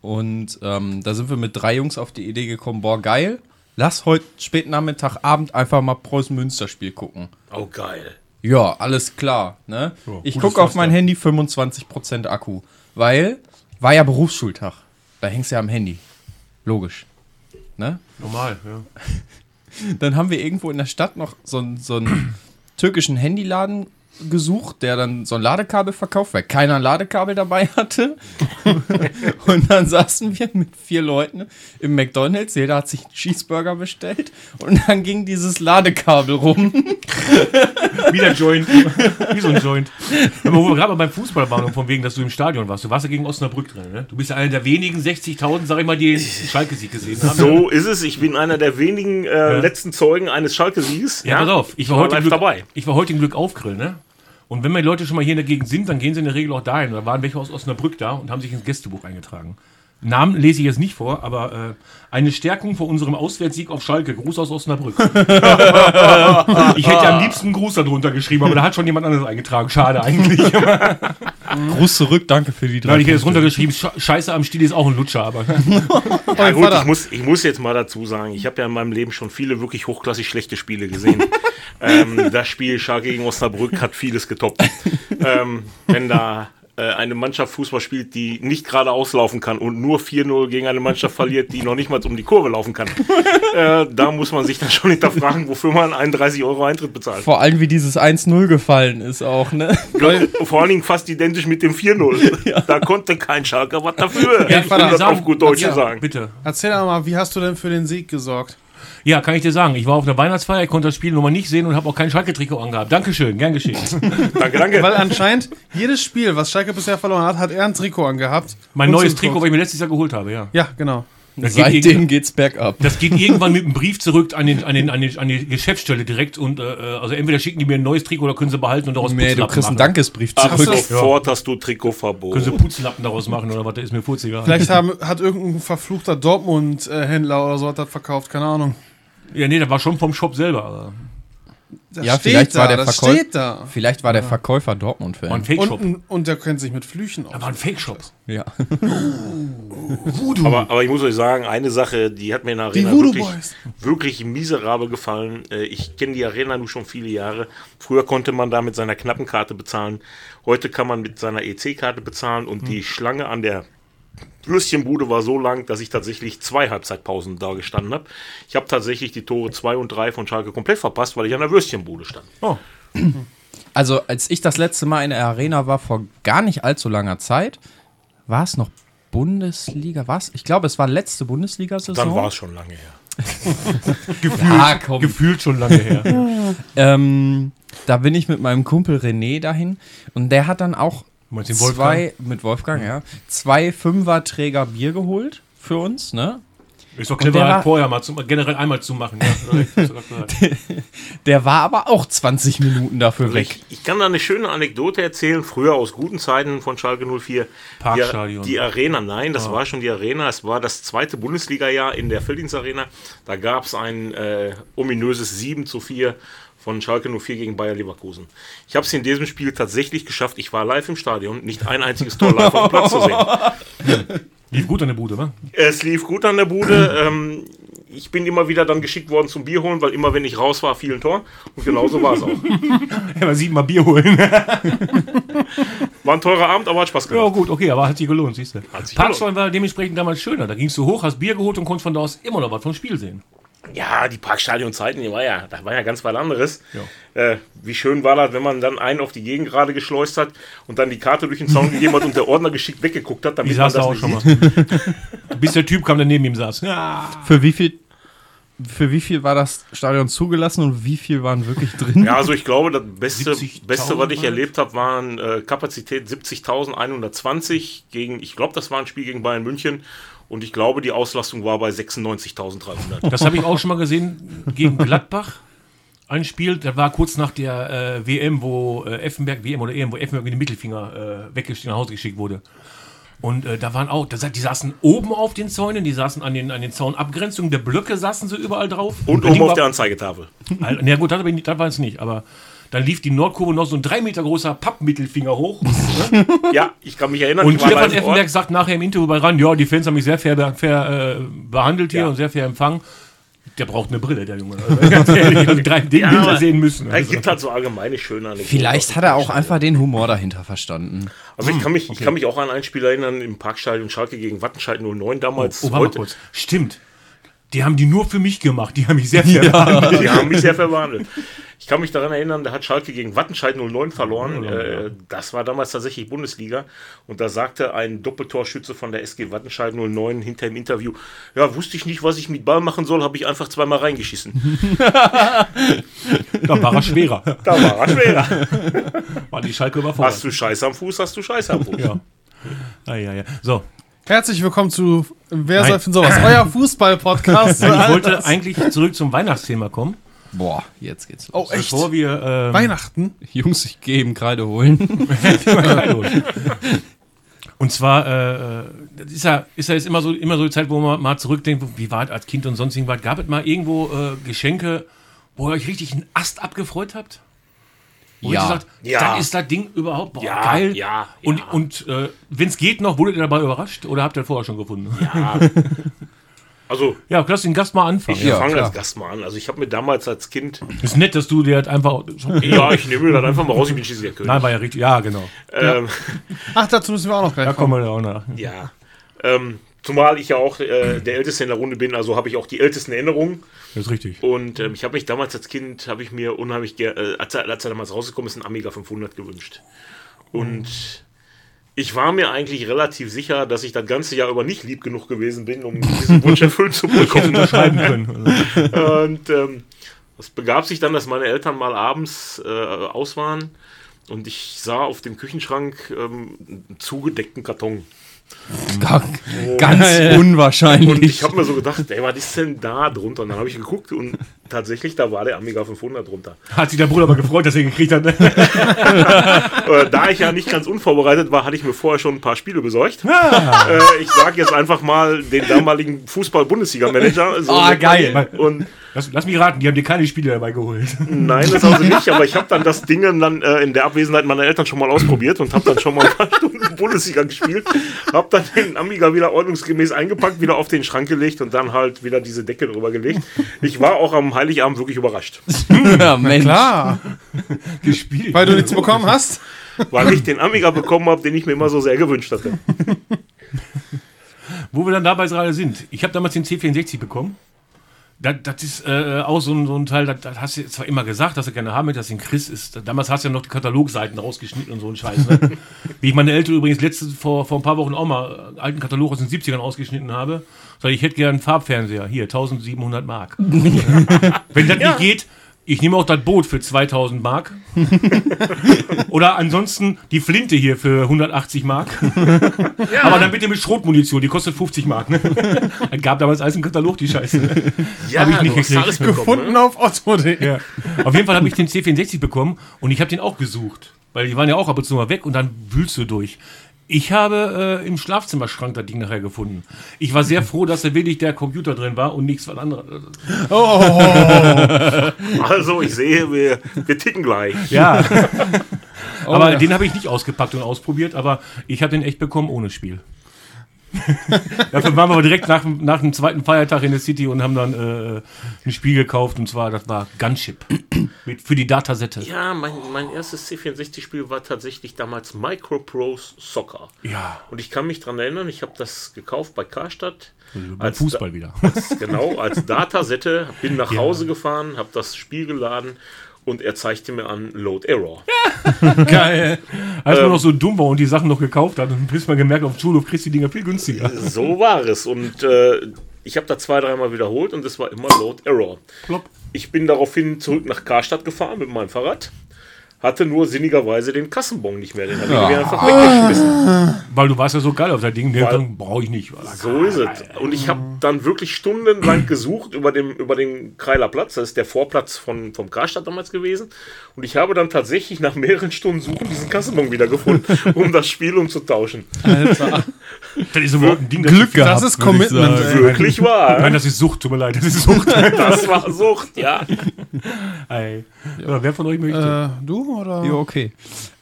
S4: und ähm, da sind wir mit drei Jungs auf die Idee gekommen, boah geil, lass heute späten Nachmittag, Abend einfach mal Preußen-Münster-Spiel gucken.
S5: Oh geil.
S4: Ja, alles klar. Ne? ich
S2: gutes
S4: gucke auf mein Handy 25% Akku, weil war ja Berufsschultag. Da hängst du ja am Handy. Logisch. Ne?
S2: Normal, ja.
S4: Dann haben wir irgendwo in der Stadt noch so, einen- so einen türkischen Handyladen gesucht, der dann so ein Ladekabel verkauft, weil keiner ein Ladekabel dabei hatte. und dann saßen wir mit vier Leuten im McDonalds. Jeder hat sich einen Cheeseburger bestellt. Und dann ging dieses Ladekabel rum.
S2: Wieder Joint. Wie so ein Joint. Aber wo wir gerade mal beim Fußball waren und von wegen, dass du im Stadion warst. Du warst ja gegen Osnabrück drin, ne? Du bist ja einer der wenigen 60.000, sag ich mal, die den Schalke-Sieg gesehen haben.
S5: So ist es. Ich bin einer der wenigen äh, letzten Zeugen eines Schalke-Sieges.
S2: Ja, pass auf. Ich war, heute im
S5: live
S2: Glück,
S5: dabei.
S2: Ich war heute im Glück auf Grill, ne? Und wenn meine Leute schon mal hier in der Gegend sind, dann gehen sie in der Regel auch dahin. Da waren welche aus Osnabrück da und haben sich ins Gästebuch eingetragen. Namen lese ich jetzt nicht vor, aber äh, eine Stärkung vor unserem Auswärtssieg auf Schalke. Gruß aus Osnabrück. (laughs) ich hätte am liebsten einen Gruß darunter geschrieben, aber da hat schon jemand anderes eingetragen. Schade eigentlich.
S4: Gruß zurück, danke für die
S2: Da
S4: drei.
S2: hatte ich jetzt
S4: Punkte.
S2: runtergeschrieben, Sche- Scheiße am Stiel ist auch ein Lutscher,
S5: (laughs)
S2: aber
S5: Ja, gut,
S3: Vater.
S5: ich muss, ich muss jetzt mal dazu sagen, ich habe ja in meinem Leben schon viele wirklich hochklassig schlechte Spiele gesehen. ähm, das Spiel Schalke gegen Osnabrück hat vieles getoppt. ähm, wenn da äh, eine Mannschaft Fußball spielt, die nicht gerade auslaufen kann und nur 4-0 gegen eine Mannschaft verliert, die noch nicht mal um die Kurve laufen kann, äh, da muss man sich dann schon hinterfragen, wofür man 31 Euro Eintritt bezahlt.
S4: Vor allem, wie dieses 1-0 gefallen ist auch, ne?
S5: Vor allen Dingen fast identisch mit dem 4-0. Da konnte kein Schalker was dafür,
S2: Ja,
S5: um das
S2: sagen-
S5: auf gut Deutsch
S2: ja,
S5: zu sagen.
S2: Bitte.
S3: Erzähl doch mal, wie hast du denn für den Sieg gesorgt?
S2: Ja, kann ich dir sagen, ich war auf einer Weihnachtsfeier, ich konnte das Spiel nochmal nicht sehen und habe auch kein Schalke-Trikot angehabt. Dankeschön, gern geschehen.
S5: (laughs) Danke, danke.
S3: Weil anscheinend jedes Spiel, was Schalke bisher verloren hat, hat er ein Trikot angehabt.
S2: Mein
S3: Und
S2: neues
S3: zum
S2: Trikot,
S3: Tor.
S2: was ich mir letztes Jahr geholt habe, ja.
S3: Ja, genau.
S2: Das geht, irgend-
S4: Seitdem geht's bergab.
S2: das geht irgendwann mit einem Brief zurück an, den, an, den, an, den, an die Geschäftsstelle direkt und äh, äh, also entweder schicken die mir ein neues Trikot oder können sie behalten und daraus
S4: Nee, du kriegst einen
S2: machen.
S4: Dankesbrief zurück.
S5: Sofort hast du Trikotverbot.
S2: Können sie Putzlappen daraus machen oder was, das ist mir furziger.
S3: Vielleicht haben, hat irgendein verfluchter Dortmund-Händler oder so hat das verkauft, keine Ahnung.
S2: Ja, nee, das war schon vom Shop selber. aber-
S3: Das
S4: Ja, vielleicht
S3: da,
S4: war der
S3: das
S4: Verkäu-
S3: steht da.
S4: Vielleicht war der Verkäufer
S2: War ein
S4: Dortmund-Fan.
S2: Fake-Shop.
S3: Und, und der kennt sich mit Flüchen aus.
S2: Da war ein Fake-Shop.
S4: Ja.
S5: Aber, aber ich muss euch sagen, eine Sache, die hat mir in der
S3: Die
S5: Arena
S3: Voodoo
S5: wirklich,
S3: Boys.
S5: wirklich miserabel gefallen. Äh, Ich kenne die Arena nur schon viele Jahre. Früher konnte man da mit seiner knappen Karte bezahlen. Heute kann man mit seiner EC-Karte bezahlen und
S3: Mhm.
S5: die Schlange an der Würstchenbude war so lang, dass ich tatsächlich zwei Halbzeitpausen da gestanden habe. Ich habe tatsächlich die Tore 2 und 3 von Schalke komplett verpasst, weil ich an der Würstchenbude stand.
S4: Also, als ich das letzte Mal in der Arena war, vor gar nicht allzu langer Zeit, war es noch Bundesliga? Was? Ich glaube, es war letzte Bundesliga-Saison.
S5: Dann war es schon lange her.
S4: Ah, komm.
S2: Gefühlt schon
S4: (laughs)
S2: lange her.
S4: Ähm, da bin ich mit meinem Kumpel René dahin und der hat dann auch
S2: Meinst du den
S4: zwei, mit Wolfgang, ja, zwei Fünferträger Bier geholt für uns, ne?
S2: Ist doch
S4: der
S2: clever, halt
S4: war-
S2: vorher mal zu, generell einmal zu machen. (laughs) Ja.
S4: Der war aber auch 20 Minuten dafür weg.
S5: Ich, ich kann da eine schöne Anekdote erzählen, früher aus guten Zeiten von Schalke 04.
S2: Parkstadion. Ah.
S5: Die, die Arena, nein, das war schon die Arena. Es war das zweite Bundesliga-Jahr in der Feldins Arena. Da gab es ein äh, ominöses 7 zu 4 von Schalke 04 gegen Bayer Leverkusen. Ich habe es in diesem Spiel tatsächlich geschafft. Ich war live im Stadion, nicht ein einziges Tor live auf dem Platz zu sehen.
S2: (laughs) Lief gut an der Bude, wa?
S5: Es lief gut an der Bude. Ähm, ich bin immer wieder dann geschickt worden zum Bier holen, weil immer wenn ich raus war, fiel ein Tor. Und genauso war es auch.
S2: Ja, man sieht mal Bier holen.
S5: War ein teurer Abend, aber hat Spaß
S2: (laughs)
S5: gemacht.
S2: ja, gut, okay, aber hat sich gelohnt, siehst du.
S5: Hat sich
S2: Parkstein war dementsprechend damals schöner. Da gingst du hoch, hast Bier geholt und konntest von da aus immer noch was vom Spiel sehen.
S5: Ja, die Parkstadionzeiten, die war ja, da war ja ganz was anderes. Äh, wie schön war das, wenn man dann einen auf die Gegend gerade geschleust hat und dann die Karte durch den Zaun gegeben hat und der Ordner geschickt weggeguckt hat, damit
S2: Ich
S5: man
S2: saß da
S5: das
S2: auch
S5: nicht
S2: schon mal. (laughs)
S5: sieht.
S2: Bis der Typ kam, der neben ihm saß. Ja.
S4: Für wie viel für wie viel war das Stadion zugelassen und wie viel waren wirklich drin?
S5: Ja, also ich glaube, das Beste,
S2: 70.000
S5: Beste was ich
S2: waren
S5: erlebt habe, waren äh, Kapazität 70.120 gegen, ich glaube, das war ein Spiel gegen Bayern München und ich glaube, die Auslastung war
S2: (laughs)
S5: bei 96.300.
S2: Das habe ich auch schon mal gesehen gegen Gladbach. Ein Spiel, das war kurz nach der äh, WM, wo äh, Effenberg, WM oder EM, wo Effenberg mit dem Mittelfinger äh, weggeschickt, nach Hause geschickt wurde. Und äh, da waren auch, da, sa- die saßen oben auf den Zäunen, die saßen an den, an den Zaunabgrenzungen der Blöcke, saßen sie überall drauf.
S5: Und
S2: Dann
S5: oben
S2: lief
S5: auf
S2: ab-
S5: der Anzeigetafel.
S2: Al- Na gut, das, hab ich nicht- das war es nicht, aber dann lief die Nordkurve noch so ein drei Meter großer Pappmittelfinger
S5: (laughs)
S2: hoch. ne?
S5: Ja, ich kann mich erinnern.
S2: Und
S5: ich war live
S2: Stefan
S5: vor Ort.
S2: Effenberg sagt nachher im Interview bei RAN, ja, die Fans haben mich sehr fair, be- fair äh, behandelt hier
S5: Ja.
S2: und sehr fair empfangen. Der braucht eine Brille, der Junge. (laughs) Also, ganz ehrlich, also drei den
S5: Ja,
S2: Bilder
S5: aber-
S2: sehen müssen.
S5: Es
S2: Also.
S5: gibt halt so allgemeine schöne Anekdoten.
S4: Vielleicht hat er auch einfach den Humor dahinter verstanden.
S5: Also
S2: Hm,
S5: ich kann mich, ich kann mich auch an ein Spiel erinnern im Parkstadion Schalke gegen Wattenscheid 09 damals.
S2: Oh, warte mal
S5: (laughs)
S2: kurz. Stimmt. Die haben die nur für mich gemacht. Die haben mich sehr fair behandelt.
S5: Die haben mich sehr verwandelt. Ich kann mich daran erinnern, da hat Schalke gegen Wattenscheid 09 verloren. Äh, das war damals tatsächlich Bundesliga. Und da sagte ein Doppeltorschütze von der SG Wattenscheid 09 hinter im Interview, ja, wusste ich nicht, was ich mit Ball machen soll, habe ich einfach zweimal
S2: (laughs)
S5: reingeschissen.
S2: Da war er schwerer.
S5: Da war er schwerer.
S2: War die Schalke überfordert.
S5: Hast du Scheiß am Fuß, hast du Scheiß am Fuß.
S2: Ja. Ah, ja, ja. So,
S3: Herzlich willkommen zu Wer
S2: Nein.
S3: soll denn
S2: (laughs)
S3: sowas? Euer Fußball-Podcast.
S2: Nein, ich wollte eigentlich zurück zum Weihnachtsthema kommen,
S4: Boah, jetzt geht's los. Oh,
S3: oh, echt?
S2: bevor wir ähm,
S3: Weihnachten?
S4: Jungs, ich gehe eben gerade holen. (laughs)
S2: (laughs) Und zwar, äh, äh, das ist ja, ist ja jetzt immer so, immer so die Zeit, wo man mal zurückdenkt, wo- wie war es als Kind und sonst irgendwas. Gab es mal irgendwo äh, Geschenke, wo ihr euch richtig einen Ast abgefreut habt? Wo
S4: Ja.
S2: ihr gesagt,
S5: Ja.
S2: dann ist das Ding überhaupt boah, geil.
S5: ja,
S2: Und, und äh, wenn es geht noch, wurdet ihr dabei überrascht oder habt ihr das vorher schon gefunden? (laughs) Ja,
S5: Also,
S2: lass den Gast mal anfangen.
S5: ich
S4: Ja,
S5: fange
S4: klar.
S5: als Gast mal an. Also, ich habe mir damals als Kind,
S2: Ist nett, dass du dir halt einfach.
S5: ja, ich nehme mir das einfach mal raus, ich bin schließlich der König.
S2: Nein, war ja richtig. Ja, genau.
S5: ähm,
S3: Ach, dazu müssen wir auch noch gleich
S2: Da kommen wir da auch nach.
S5: Ja. Ähm, zumal ich ja auch äh, der Älteste in der Runde bin, also habe ich auch die ältesten Erinnerungen.
S2: Das ist richtig.
S5: Und ähm, ich habe mich damals als Kind, habe ich mir unheimlich, ger- äh, als, er, als er damals rausgekommen ist, einen Amiga 500 gewünscht. Und ich war mir eigentlich relativ sicher, dass ich das ganze Jahr über nicht lieb genug gewesen bin,
S2: (laughs)
S5: um diesen Wunsch erfüllt zu bekommen.
S2: Schreiben können. Also,
S5: Und ähm, es begab sich dann, dass meine Eltern mal abends äh, aus waren und ich sah auf dem Küchenschrank ähm, einen zugedeckten Karton.
S4: Gar, ganz unwahrscheinlich.
S5: Und ich habe mir so gedacht, ey, was ist denn da drunter? Und dann habe ich geguckt und tatsächlich, da war der Amiga 500 drunter.
S2: hat sich der Bruder aber gefreut, dass er ihn gekriegt hat. ne? (laughs)
S5: Äh, da ich ja nicht ganz unvorbereitet war, hatte ich mir vorher schon ein paar Spiele besorgt. Äh, ich sage jetzt einfach mal den damaligen Fußball-Bundesliga-Manager. So
S4: Ah, geil.
S5: Und
S2: Lass, lass mich raten, die haben dir keine Spiele dabei geholt. (laughs)
S5: nein, das haben sie nicht, aber ich habe dann das Ding dann äh, in der Abwesenheit meiner Eltern schon mal ausprobiert und habe dann schon mal ein paar (laughs) Stunden Bundesliga gespielt. Habe dann den Amiga wieder ordnungsgemäß eingepackt, wieder auf den Schrank gelegt und dann halt wieder diese Decke drüber gelegt. Ich war auch am Heiligabend wirklich überrascht.
S4: ja, Mensch.
S3: Klar,
S2: Gespielt.
S3: weil du (laughs) nichts
S2: (laughs)
S3: bekommen hast.
S5: weil ich den Amiga bekommen habe, den ich mir immer so sehr gewünscht hatte.
S2: Wo wir dann dabei gerade sind. Ich habe damals den C64 bekommen. Das, das ist äh, auch so ein, so ein Teil, das, das hast du zwar immer gesagt, dass du gerne haben möchtest, dass den Chris ist. Damals hast du ja noch die Katalogseiten rausgeschnitten und so ein Scheiß. Ne? Wie ich meine Eltern übrigens letzte, vor, vor ein paar Wochen auch mal einen alten Katalog aus den 70ern ausgeschnitten habe. Sag ich, ich hätte gerne einen Farbfernseher. Hier, 1700 Mark. Wenn das nicht geht, ich nehme auch das Boot für 2000 Mark. Oder ansonsten die Flinte hier für 180 Mark. Aber dann bitte mit Schrotmunition, die kostet 50 Mark. Ne? Es Ah. (laughs) gab damals alles im Katalog, die Scheiße.
S5: Ja,
S2: Hab ich nicht
S5: du hast
S2: gekriegt.
S5: alles
S3: Gefunden auf otto.de.
S2: Ja. Auf jeden Fall habe ich den C64 bekommen und ich habe den auch gesucht. Weil die waren ja auch ab und zu mal weg und dann wühlst du durch. Ich habe äh, im Schlafzimmerschrank das Ding nachher gefunden. Ich war sehr froh, dass da wirklich der Computer drin war und nichts von anderem.
S5: ne? Also, ich sehe, wir, wir ticken gleich.
S2: Ja. (laughs) aber den habe ich nicht ausgepackt und ausprobiert, aber ich habe den echt bekommen ohne Spiel. Dafür waren wir aber direkt nach, dem- nach dem zweiten Feiertag in der City und haben dann äh, ein Spiel gekauft und zwar, das war Gunship mit, für die Datasette.
S5: Ja, mein, mein erstes C64-Spiel war tatsächlich damals Microprose Soccer.
S2: Ja,
S5: Und ich kann mich dran erinnern, ich habe das gekauft bei Karstadt.
S2: Also beim Fußball wieder.
S5: Als, genau, als Datasette. Bin
S2: (laughs)
S5: nach Hause gefahren, habe das Spiel geladen und er zeigte mir an Load Error.
S3: Geil.
S2: Als man noch so dumm war und die Sachen noch gekauft hat, dann bis man gemerkt, auf dem Schulhof kriegst du die Dinger viel günstiger.
S5: So war es. Und äh, ich habe da zwei, dreimal wiederholt und es war immer Load Error. Ich bin daraufhin zurück nach Karstadt gefahren mit meinem Fahrrad. Hatte nur sinnigerweise den Kassenbon nicht mehr. Den habe ich mir einfach weggeschmissen.
S2: Weil du warst ja so geil auf das Ding,
S5: Weil-
S2: brauche ich nicht.
S5: So ist es. Und ich habe dann wirklich stundenlang gesucht über, dem, über den Kreiler Platz. Das ist der Vorplatz von, vom Karstadt damals gewesen. Und ich habe dann tatsächlich nach mehreren Stunden Suchen diesen Kassenbon wieder gefunden, (laughs) um das Spiel umzutauschen.
S2: Das ist überhaupt ein Ding, das
S4: Glück gehabt.
S3: Das ist
S4: würd ich
S3: Commitment,
S2: Also,
S4: sagen.
S3: ey.
S5: Wirklich
S2: (laughs)
S5: wahr.
S2: Nein, das ist Sucht, tut mir leid, das ist Sucht.
S5: Das war Sucht, ja.
S2: Ey. Oder wer von euch möchte?
S3: Äh, du oder?
S4: Jo, okay.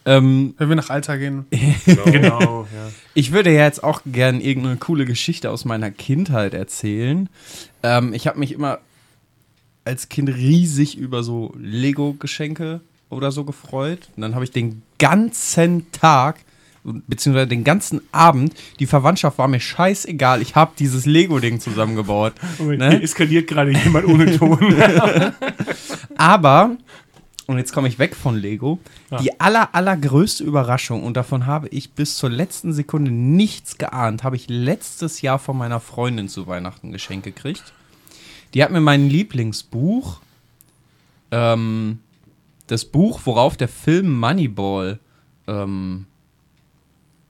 S4: Ähm,
S3: Wenn wir nach Alter gehen.
S4: Äh.
S2: Genau,
S4: (laughs)
S2: ja.
S4: ich würde ja jetzt auch gern irgendeine coole Geschichte aus meiner Kindheit erzählen. Ähm, ich habe mich immer als Kind riesig über so Lego-Geschenke oder so gefreut. Und dann habe ich den ganzen Tag, beziehungsweise den ganzen Abend, die Verwandtschaft war mir scheißegal. Ich habe dieses Lego-Ding zusammengebaut.
S2: Moment,
S4: Ne? (laughs)
S2: Hier eskaliert gerade jemand ohne Ton.
S4: Aber und jetzt komme ich weg von Lego, die aller, allergrößte Überraschung, und davon habe ich bis zur letzten Sekunde nichts geahnt, habe ich letztes Jahr von meiner Freundin zu Weihnachten geschenkt gekriegt. Die hat mir mein Lieblingsbuch, ähm, das Buch, worauf der Film Moneyball ähm,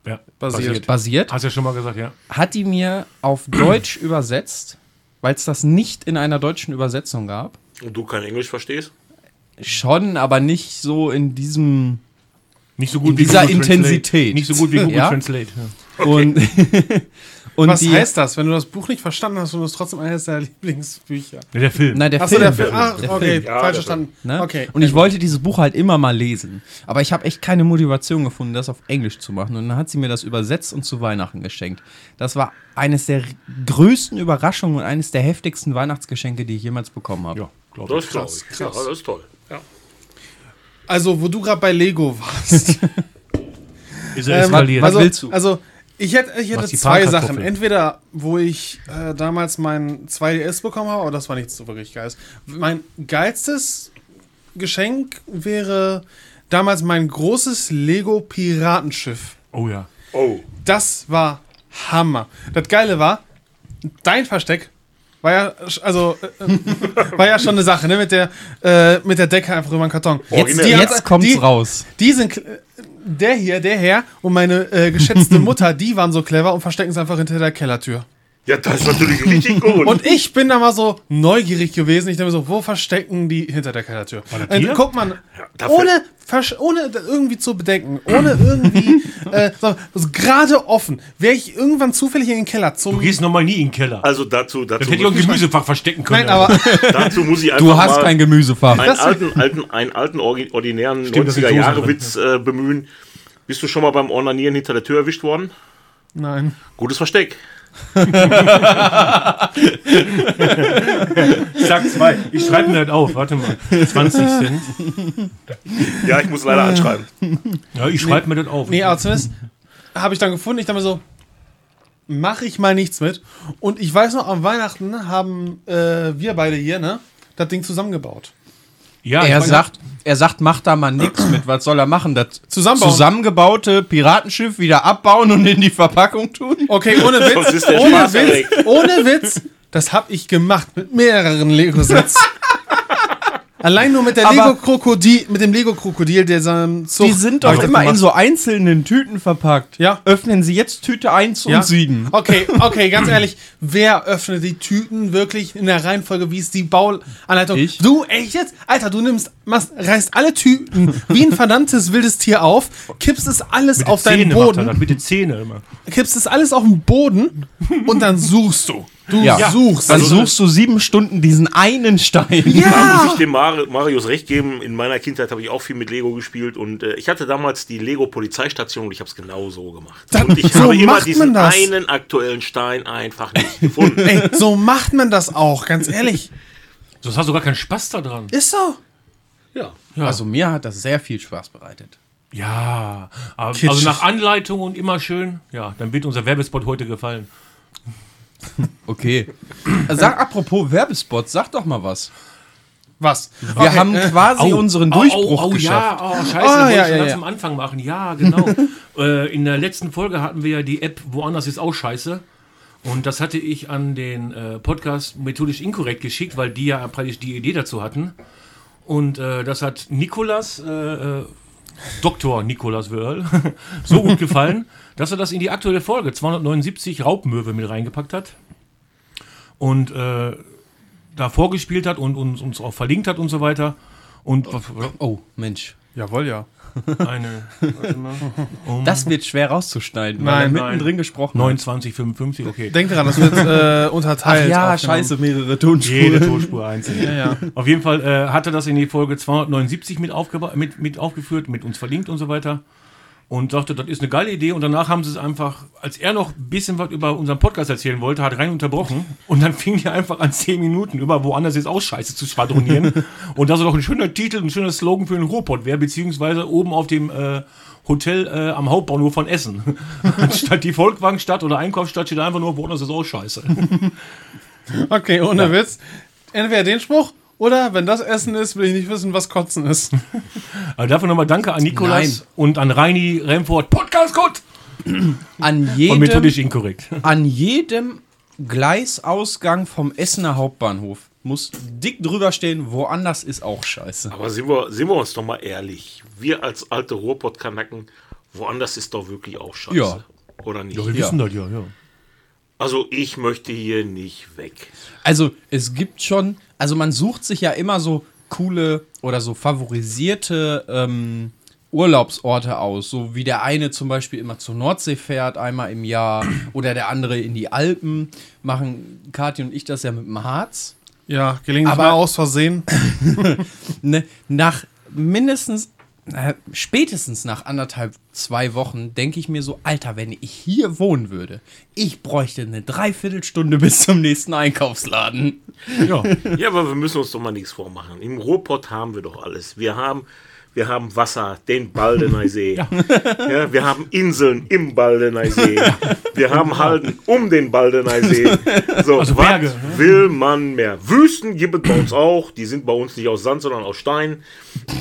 S2: Ja.
S4: basiert, basiert
S2: Hast ja schon mal gesagt, ja.
S4: hat die mir auf Deutsch übersetzt, weil es das nicht in einer deutschen Übersetzung gab.
S5: Und du kein Englisch verstehst?
S4: Schon, aber nicht so in diesem.
S2: Nicht so gut
S4: In dieser
S2: Google Translate.
S4: Intensität.
S2: Nicht so gut wie Google
S4: Ja.
S2: Translate. Ja.
S4: Und, (laughs) und
S3: Was
S4: die,
S3: heißt das, wenn du das Buch nicht verstanden hast und es trotzdem eines deiner
S2: (laughs)
S3: Lieblingsbücher?
S2: Ja, der Film.
S4: Nein, der
S3: Achso,
S4: Film.
S3: der Film. Ach,
S4: Der
S3: Ah, okay,
S4: Film,
S5: ja,
S3: falsch
S5: der Film.
S3: verstanden.
S4: Ne?
S3: Okay.
S4: Und ich wollte dieses Buch halt immer mal lesen. Aber ich habe echt keine Motivation gefunden, das auf Englisch zu machen. Und dann hat sie mir das übersetzt und zu Weihnachten geschenkt. Das war eines der größten Überraschungen und eines der heftigsten Weihnachtsgeschenke, die ich jemals bekommen habe.
S2: ja, glaube ich.
S5: Das glaube ich. Ja, das ist toll. Ja.
S3: Also, wo du gerade bei Lego warst.
S2: Ist
S4: Ähm,
S2: er eskaliert.
S3: also,
S4: willst du?
S3: Also, ich hätte, ich hätte
S2: Machst die
S3: zwei
S2: Pankartoffel.
S3: Sachen. Entweder, wo ich äh, damals mein 2DS bekommen habe, aber das war nichts so wirklich geiles. Mein geilstes Geschenk wäre damals mein großes Lego-Piratenschiff.
S2: oh ja.
S5: Oh,
S3: Das war Hammer. Das Geile war, dein Versteck war ja, sch- also, äh, äh, (laughs) war ja schon eine Sache, ne? Mit der, äh, mit der Decke einfach über den Karton.
S5: Originell.
S3: die hat-
S4: Jetzt kommt's
S3: die-
S4: raus.
S3: Die sind, kl- äh, der hier, der Herr und meine äh, geschätzte Mutter, die waren so clever und verstecken es einfach hinter der Kellertür.
S5: ja, das ist natürlich richtig gut.
S3: Und ich bin da mal so neugierig gewesen. Ich dachte mir so, wo verstecken die hinter der Kellertür? Und
S2: Tier?
S3: guck man,
S5: dafür-
S3: ohne, versch- ohne da irgendwie zu bedenken, ohne irgendwie, äh, so, so gerade offen, wäre ich irgendwann zufällig in den Keller
S2: Du
S3: zum.
S2: gehst nochmal nie in den Keller.
S5: also dazu,
S2: das
S5: dazu,
S2: hätte ich auch
S3: (laughs)
S2: ein
S5: muss,
S2: Gemüsefach verstecken können.
S3: Nein, aber
S5: dazu muss ich einfach
S4: Du hast
S5: mal
S4: kein Gemüsefach.
S5: einen alten, alten, einen alten orgi- ordinären
S2: Stimmt, das ist
S5: 90er-Jahre-Witz äh, bemühen. Bist du schon mal beim Ornanieren hinter der Tür erwischt worden?
S3: Nein.
S5: Gutes Versteck.
S2: ich sag zwei. Ich schreibe mir halt auf. Warte mal. 20 Cent.
S5: Ja, ich muss leider
S3: Äh.
S5: anschreiben.
S2: Ja, ich schreibe mir das auf.
S3: Nee, aber zumindest habe ich dann gefunden. Ich dachte mir so, mache ich mal nichts mit. Und ich weiß noch, am Weihnachten haben äh, wir beide hier, ne? Das Ding zusammengebaut.
S2: ja, ich
S4: Er
S2: meine,
S4: sagt, er sagt, macht da mal nichts mit. Was soll er machen? Das
S3: Zusammenbauen.
S4: zusammengebaute Piratenschiff wieder abbauen und in die Verpackung tun?
S3: Okay, ohne
S5: Sonst
S3: Witz.
S5: ist der
S3: Ohne
S5: Spaß
S3: Witz.
S5: erregt.
S3: Ohne Witz. Das habe ich gemacht mit mehreren Lego-Sets. Allein nur mit der
S4: Aber-
S3: Lego-Krokodil, mit dem Lego-Krokodil, der seinem Zug.
S4: Die sind
S3: hab
S4: doch
S3: ich das
S4: immer in
S3: gemacht.
S4: so einzelnen Tüten verpackt.
S3: Ja.
S4: Öffnen Sie jetzt Tüte 1
S3: Ja.
S4: und 7.
S3: Okay, okay, ganz ehrlich, wer öffnet die Tüten wirklich in der Reihenfolge, wie es die Bauanleitung?
S4: Ich.
S3: Du echt jetzt? Alter, du nimmst, machst, reißt alle Tüten wie ein verdammtes wildes Tier auf, kippst es alles
S2: mit
S3: auf
S2: den
S3: deinen
S2: Zähne macht er das.
S3: Boden,
S2: Mit den Zähnen immer.
S3: kippst es alles auf den Boden und dann suchst du. Du
S4: Ja. Also,
S3: suchst.
S4: Dann suchst du sieben Stunden diesen einen Stein.
S3: Ah.
S5: Da muss ich dem Mar Marius recht geben. In meiner Kindheit habe ich auch viel mit Lego gespielt und äh, ich hatte damals die Lego Polizeistation und ich habe es genau so gemacht.
S3: Dann-
S5: und ich
S3: so
S5: habe immer
S3: macht man
S5: diesen
S3: das.
S5: einen aktuellen Stein einfach nicht gefunden.
S3: (laughs) Ey, so macht man das auch, ganz ehrlich.
S2: Sonst hast du gar keinen Spaß daran.
S3: Ist so.
S4: Also mir hat das sehr viel Spaß bereitet.
S2: Ja. Aber, also
S3: Kitschig.
S2: nach Anleitung und immer schön. Ja, dann wird unser Werbespot heute gefallen.
S4: Okay. Äh, Sag apropos Werbespot, sag doch mal was.
S3: Was?
S4: Wir haben
S3: äh,
S4: quasi unseren Durchbruch
S2: oh, oh,
S4: geschafft.
S2: Ja, oh, scheiße,
S3: Ah,
S2: das wollte
S3: ja,
S2: ich schon
S3: ja,
S2: ganz
S3: ja.
S2: am Anfang machen.
S3: (laughs)
S2: Ja, genau. äh, in der letzten Folge hatten wir ja die App Woanders ist auch scheiße. Und das hatte ich an den äh, Podcast methodisch inkorrekt geschickt, weil die ja praktisch die Idee dazu hatten. Und äh, das hat Nikolas, äh, äh, Dr. Nikolas Wörl, (laughs) so gut gefallen, dass er das in die aktuelle Folge 279 Raubmöwe mit reingepackt hat. Und äh, da vorgespielt hat und uns, uns auch verlinkt hat und so weiter. Und
S4: Oh, Mensch.
S3: Jawohl, ja.
S2: eine
S4: Das wird schwer rauszuschneiden, weil
S3: Nein,
S4: er mittendrin gesprochen hat.
S2: 29, 55, okay.
S3: Denk dran, das wird äh, unterteilt.
S4: Ja,
S3: aufgenommen.
S4: scheiße, mehrere Tonspuren.
S2: Jede Tonspur einzeln.
S3: ja.
S2: Auf jeden Fall äh, hatte das in die Folge 279 mit, aufgeba- mit, mit aufgeführt, mit uns verlinkt und so weiter. Und sagte, das ist eine geile Idee. Und danach haben sie es einfach, als er noch ein bisschen was über unseren Podcast erzählen wollte, hat rein unterbrochen. Und dann fing er einfach an, 10 Minuten über woanders jetzt auch Scheiße zu schwadronieren. und das ist doch ein schöner Titel, ein schöner Slogan für den Ruhrpott wäre, beziehungsweise oben auf dem äh, Hotel äh, am Hauptbahnhof von Essen. (laughs) Anstatt die Volkswagenstadt oder Einkaufsstadt steht einfach nur, woanders ist auch Scheiße.
S3: Okay, ohne Witz. Entweder den Spruch Oder wenn das Essen ist, will ich nicht wissen, was Kotzen ist.
S2: Aber Also dafür nochmal danke an Nikolas und an Reini Remford. Podcast gut!
S4: An
S2: Und
S4: jedem,
S2: methodisch inkorrekt.
S4: an jedem Gleisausgang vom Essener Hauptbahnhof muss dick drüber stehen, woanders ist auch scheiße.
S5: Aber sind wir, sind wir uns doch mal ehrlich. Wir als alte Ruhrpott-Kanacken, woanders ist doch wirklich auch scheiße.
S4: Ja.
S5: Oder nicht?
S2: Wir wissen das ja, ja.
S5: Also ich möchte hier nicht weg.
S4: Also es gibt schon, also man sucht sich ja immer so coole oder so favorisierte ähm, Urlaubsorte aus, so wie der eine zum Beispiel immer zur Nordsee fährt einmal im Jahr (clears throat) oder der andere in die Alpen. Machen Kathi und ich das ja mit dem Harz.
S3: Ja, gelingt
S4: Aber-
S3: mal aus Versehen.
S4: Ne? Nach mindestens, äh, spätestens nach anderthalb, zwei Wochen denke ich mir so, Alter, wenn ich hier wohnen würde, ich bräuchte eine Dreiviertelstunde (laughs) bis zum nächsten Einkaufsladen. (laughs)
S5: Ja, aber wir müssen uns doch mal nichts vormachen. Im Ruhrpott haben wir doch alles. Wir haben, wir haben Wasser, den Baldener See. ja. wir haben Inseln im Baldener See. Wir haben Halden um den Baldener See. So,
S2: Also
S5: was
S2: Berge, ne?
S5: will man mehr? Wüsten gibt es bei uns auch. Die sind bei uns nicht aus Sand, sondern aus Stein.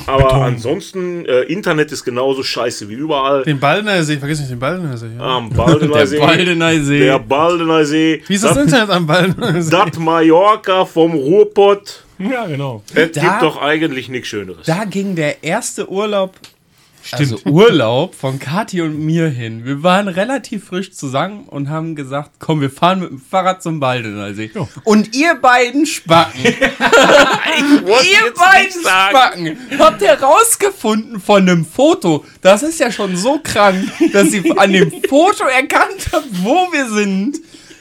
S5: Aber ansonsten, äh, Internet ist genauso scheiße wie überall.
S3: Den Baldener See, vergiss nicht den Baldener See. Ja.
S5: Am Baldener See.
S4: Waldener See.
S5: Der Baldener See.
S3: Wie ist das Internet am Baldener See?
S5: Das Mallorca vom Ruhrpott.
S2: Ja, genau.
S5: Es
S4: Da-
S5: gibt doch eigentlich nichts
S4: (laughs)
S5: Schöneres.
S4: Da ging der erste Urlaub, also Urlaub von Kathi und mir hin. Wir waren relativ frisch zusammen und haben gesagt, komm, wir fahren mit dem Fahrrad zum Baldener See. Und ihr beiden Spacken, ihr beiden Spacken, habt ihr rausgefunden von einem Foto. Das ist ja schon so krank, dass ihr an dem Foto erkannt habt, wo wir sind.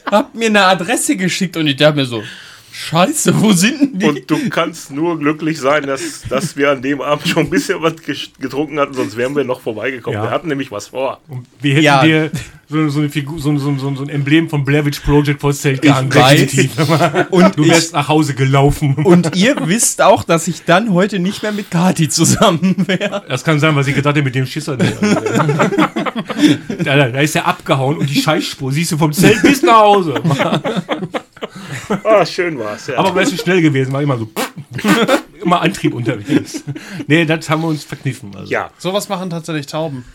S4: Habt mir eine Adresse geschickt und ich dachte mir so, Scheiße, wo sind denn die?
S5: Und du kannst nur glücklich sein, dass, dass wir an dem Abend schon ein bisschen was ges- getrunken hatten, sonst wären wir noch vorbeigekommen.
S2: Ja.
S5: Wir hatten nämlich was vor.
S2: Wir hätten
S4: Ja.
S2: dir so, so, eine Figur, so, so, so, so ein Emblem vom Blair Witch Project vor das Zelt gehangen.
S4: weiß.
S2: Definitiv.
S4: Und
S2: Du
S4: ich-
S2: wärst nach Hause gelaufen.
S4: Und ihr wisst auch, dass ich dann heute nicht mehr mit Kati zusammen wäre.
S2: Das kann sein, weil sie gedacht hat, mit dem Schisser.
S4: (laughs)
S2: Nee, da, da, da ist er abgehauen und die Scheißspur siehst du vom Zelt bis nach Hause.
S5: Ah, schön war's. Ja.
S2: Aber wärst du schnell gewesen, war immer so. (laughs) immer Antrieb unterwegs. Nee, das haben wir uns verkniffen. Also.
S5: ja.
S3: Sowas machen tatsächlich Tauben.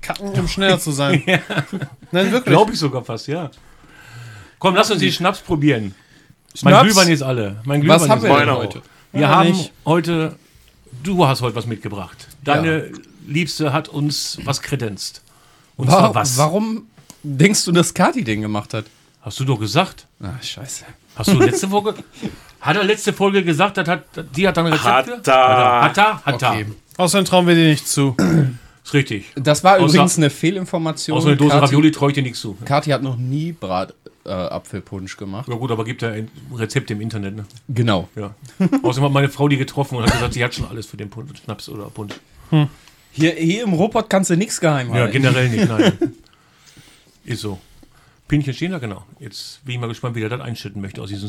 S3: Kacken, um schneller
S4: (laughs)
S3: zu sein. Nein, wirklich.
S2: Glaube ich sogar fast, ja. Komm, lass uns den Schnaps probieren. Mein
S4: Schnaps?
S2: Glühwein ist alle. Mein Glühwein
S4: Was haben
S2: ist
S4: wir denn
S5: meiner
S4: heute?
S2: Wir haben heute, du hast heute was mitgebracht. Deine Liebste hat uns was kredenzt. Und zwar
S4: Warum,
S2: was?
S4: warum denkst du, dass Kati den gemacht hat?
S2: Hast du doch gesagt.
S4: Ah, scheiße.
S2: Hast du
S4: (laughs)
S2: letzte Folge? Hat er letzte Folge gesagt, das hat, die hat dann Rezepte?
S5: Hat er.
S2: Hat er? Hat er.
S4: Okay.
S3: Außerdem trauen wir dir nicht zu.
S2: Ist richtig.
S4: Das war
S2: Außer-
S4: übrigens eine Fehlinformation.
S2: Aus so einer Dose
S4: Kathi-
S2: Ravioli traue ich dir nichts zu.
S4: Kathi hat noch nie Bratapfelpunsch äh, Apfelpunsch gemacht.
S2: Ja gut, aber gibt ja ein Rezept im Internet, ne?
S4: Genau. (laughs)
S2: Ja. Außerdem hat meine Frau die getroffen und hat gesagt, sie hat schon alles für den Punsch, Schnaps oder Punsch.
S4: Hier, hier im Robot kannst du nichts geheim
S2: Ja, genau.
S4: halten.
S2: generell nicht,
S5: (laughs)
S2: nein. Ist so. Pinchen stehen da, genau. Jetzt bin ich mal gespannt, wie der das einschütten möchte aus diesem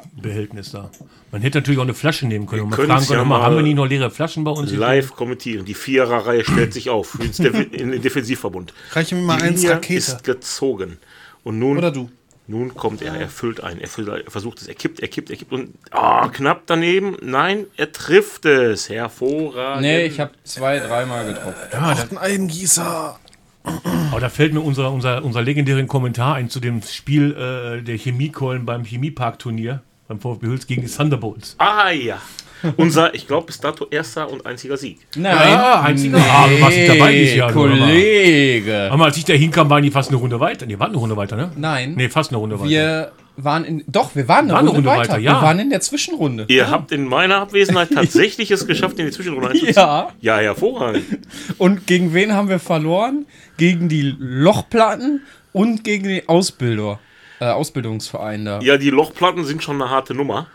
S2: Smoothie-Behältnis da. Man hätte natürlich auch eine Flasche nehmen können. Und man fragen
S5: können's
S2: können,
S5: ja
S2: mal,
S5: mal
S2: haben wir nicht noch leere Flaschen bei uns?
S5: Live kommentieren. Die Vierer-Reihe stellt sich auf ins Def- in den Defensivverbund.
S3: Reiche mir mal
S5: Die
S3: eins
S5: Linie
S3: Rakete.
S5: ist gezogen. Und nun,
S3: Oder du.
S5: nun kommt er, er füllt ein, er, füllt, ein, er versucht es, er kippt, er kippt, er kippt und ah, knapp daneben. Nein, er trifft es. Hervorragend.
S4: Nee, ich habe zwei, dreimal getroffen.
S3: Ein Eidengießer.
S2: Aber da fällt mir unser, unser, unser legendären Kommentar ein zu dem Spiel äh, der Chemiekollen beim Chemiepark-Turnier beim VfB Hüls gegen die Thunderbolts.
S5: Ah ja. Unser, ich glaube, bis dato erster und einziger Sieg.
S4: Nein.
S2: einziger. Ah, du warst nicht dabei dieses Jahr. du, aber-
S4: Kollege.
S2: Aber als ich da hinkam, waren die fast eine Runde weiter. Nee, waren eine Runde weiter, ne?
S4: Nein.
S2: Nee, fast eine Runde weiter.
S4: Wir waren in. Doch, wir waren eine Runde, weiter.
S2: ja.
S4: Wir waren in der Zwischenrunde.
S5: Ihr habt in meiner Abwesenheit tatsächlich es geschafft, in die Zwischenrunde einzuziehen.
S4: Ja.
S5: Ja, hervorragend.
S4: Und gegen wen haben wir verloren? Gegen die Lochplatten und gegen den Ausbilder, äh, Ausbildungsverein da.
S5: Ja, die Lochplatten sind schon eine harte
S2: (laughs)
S5: Nummer.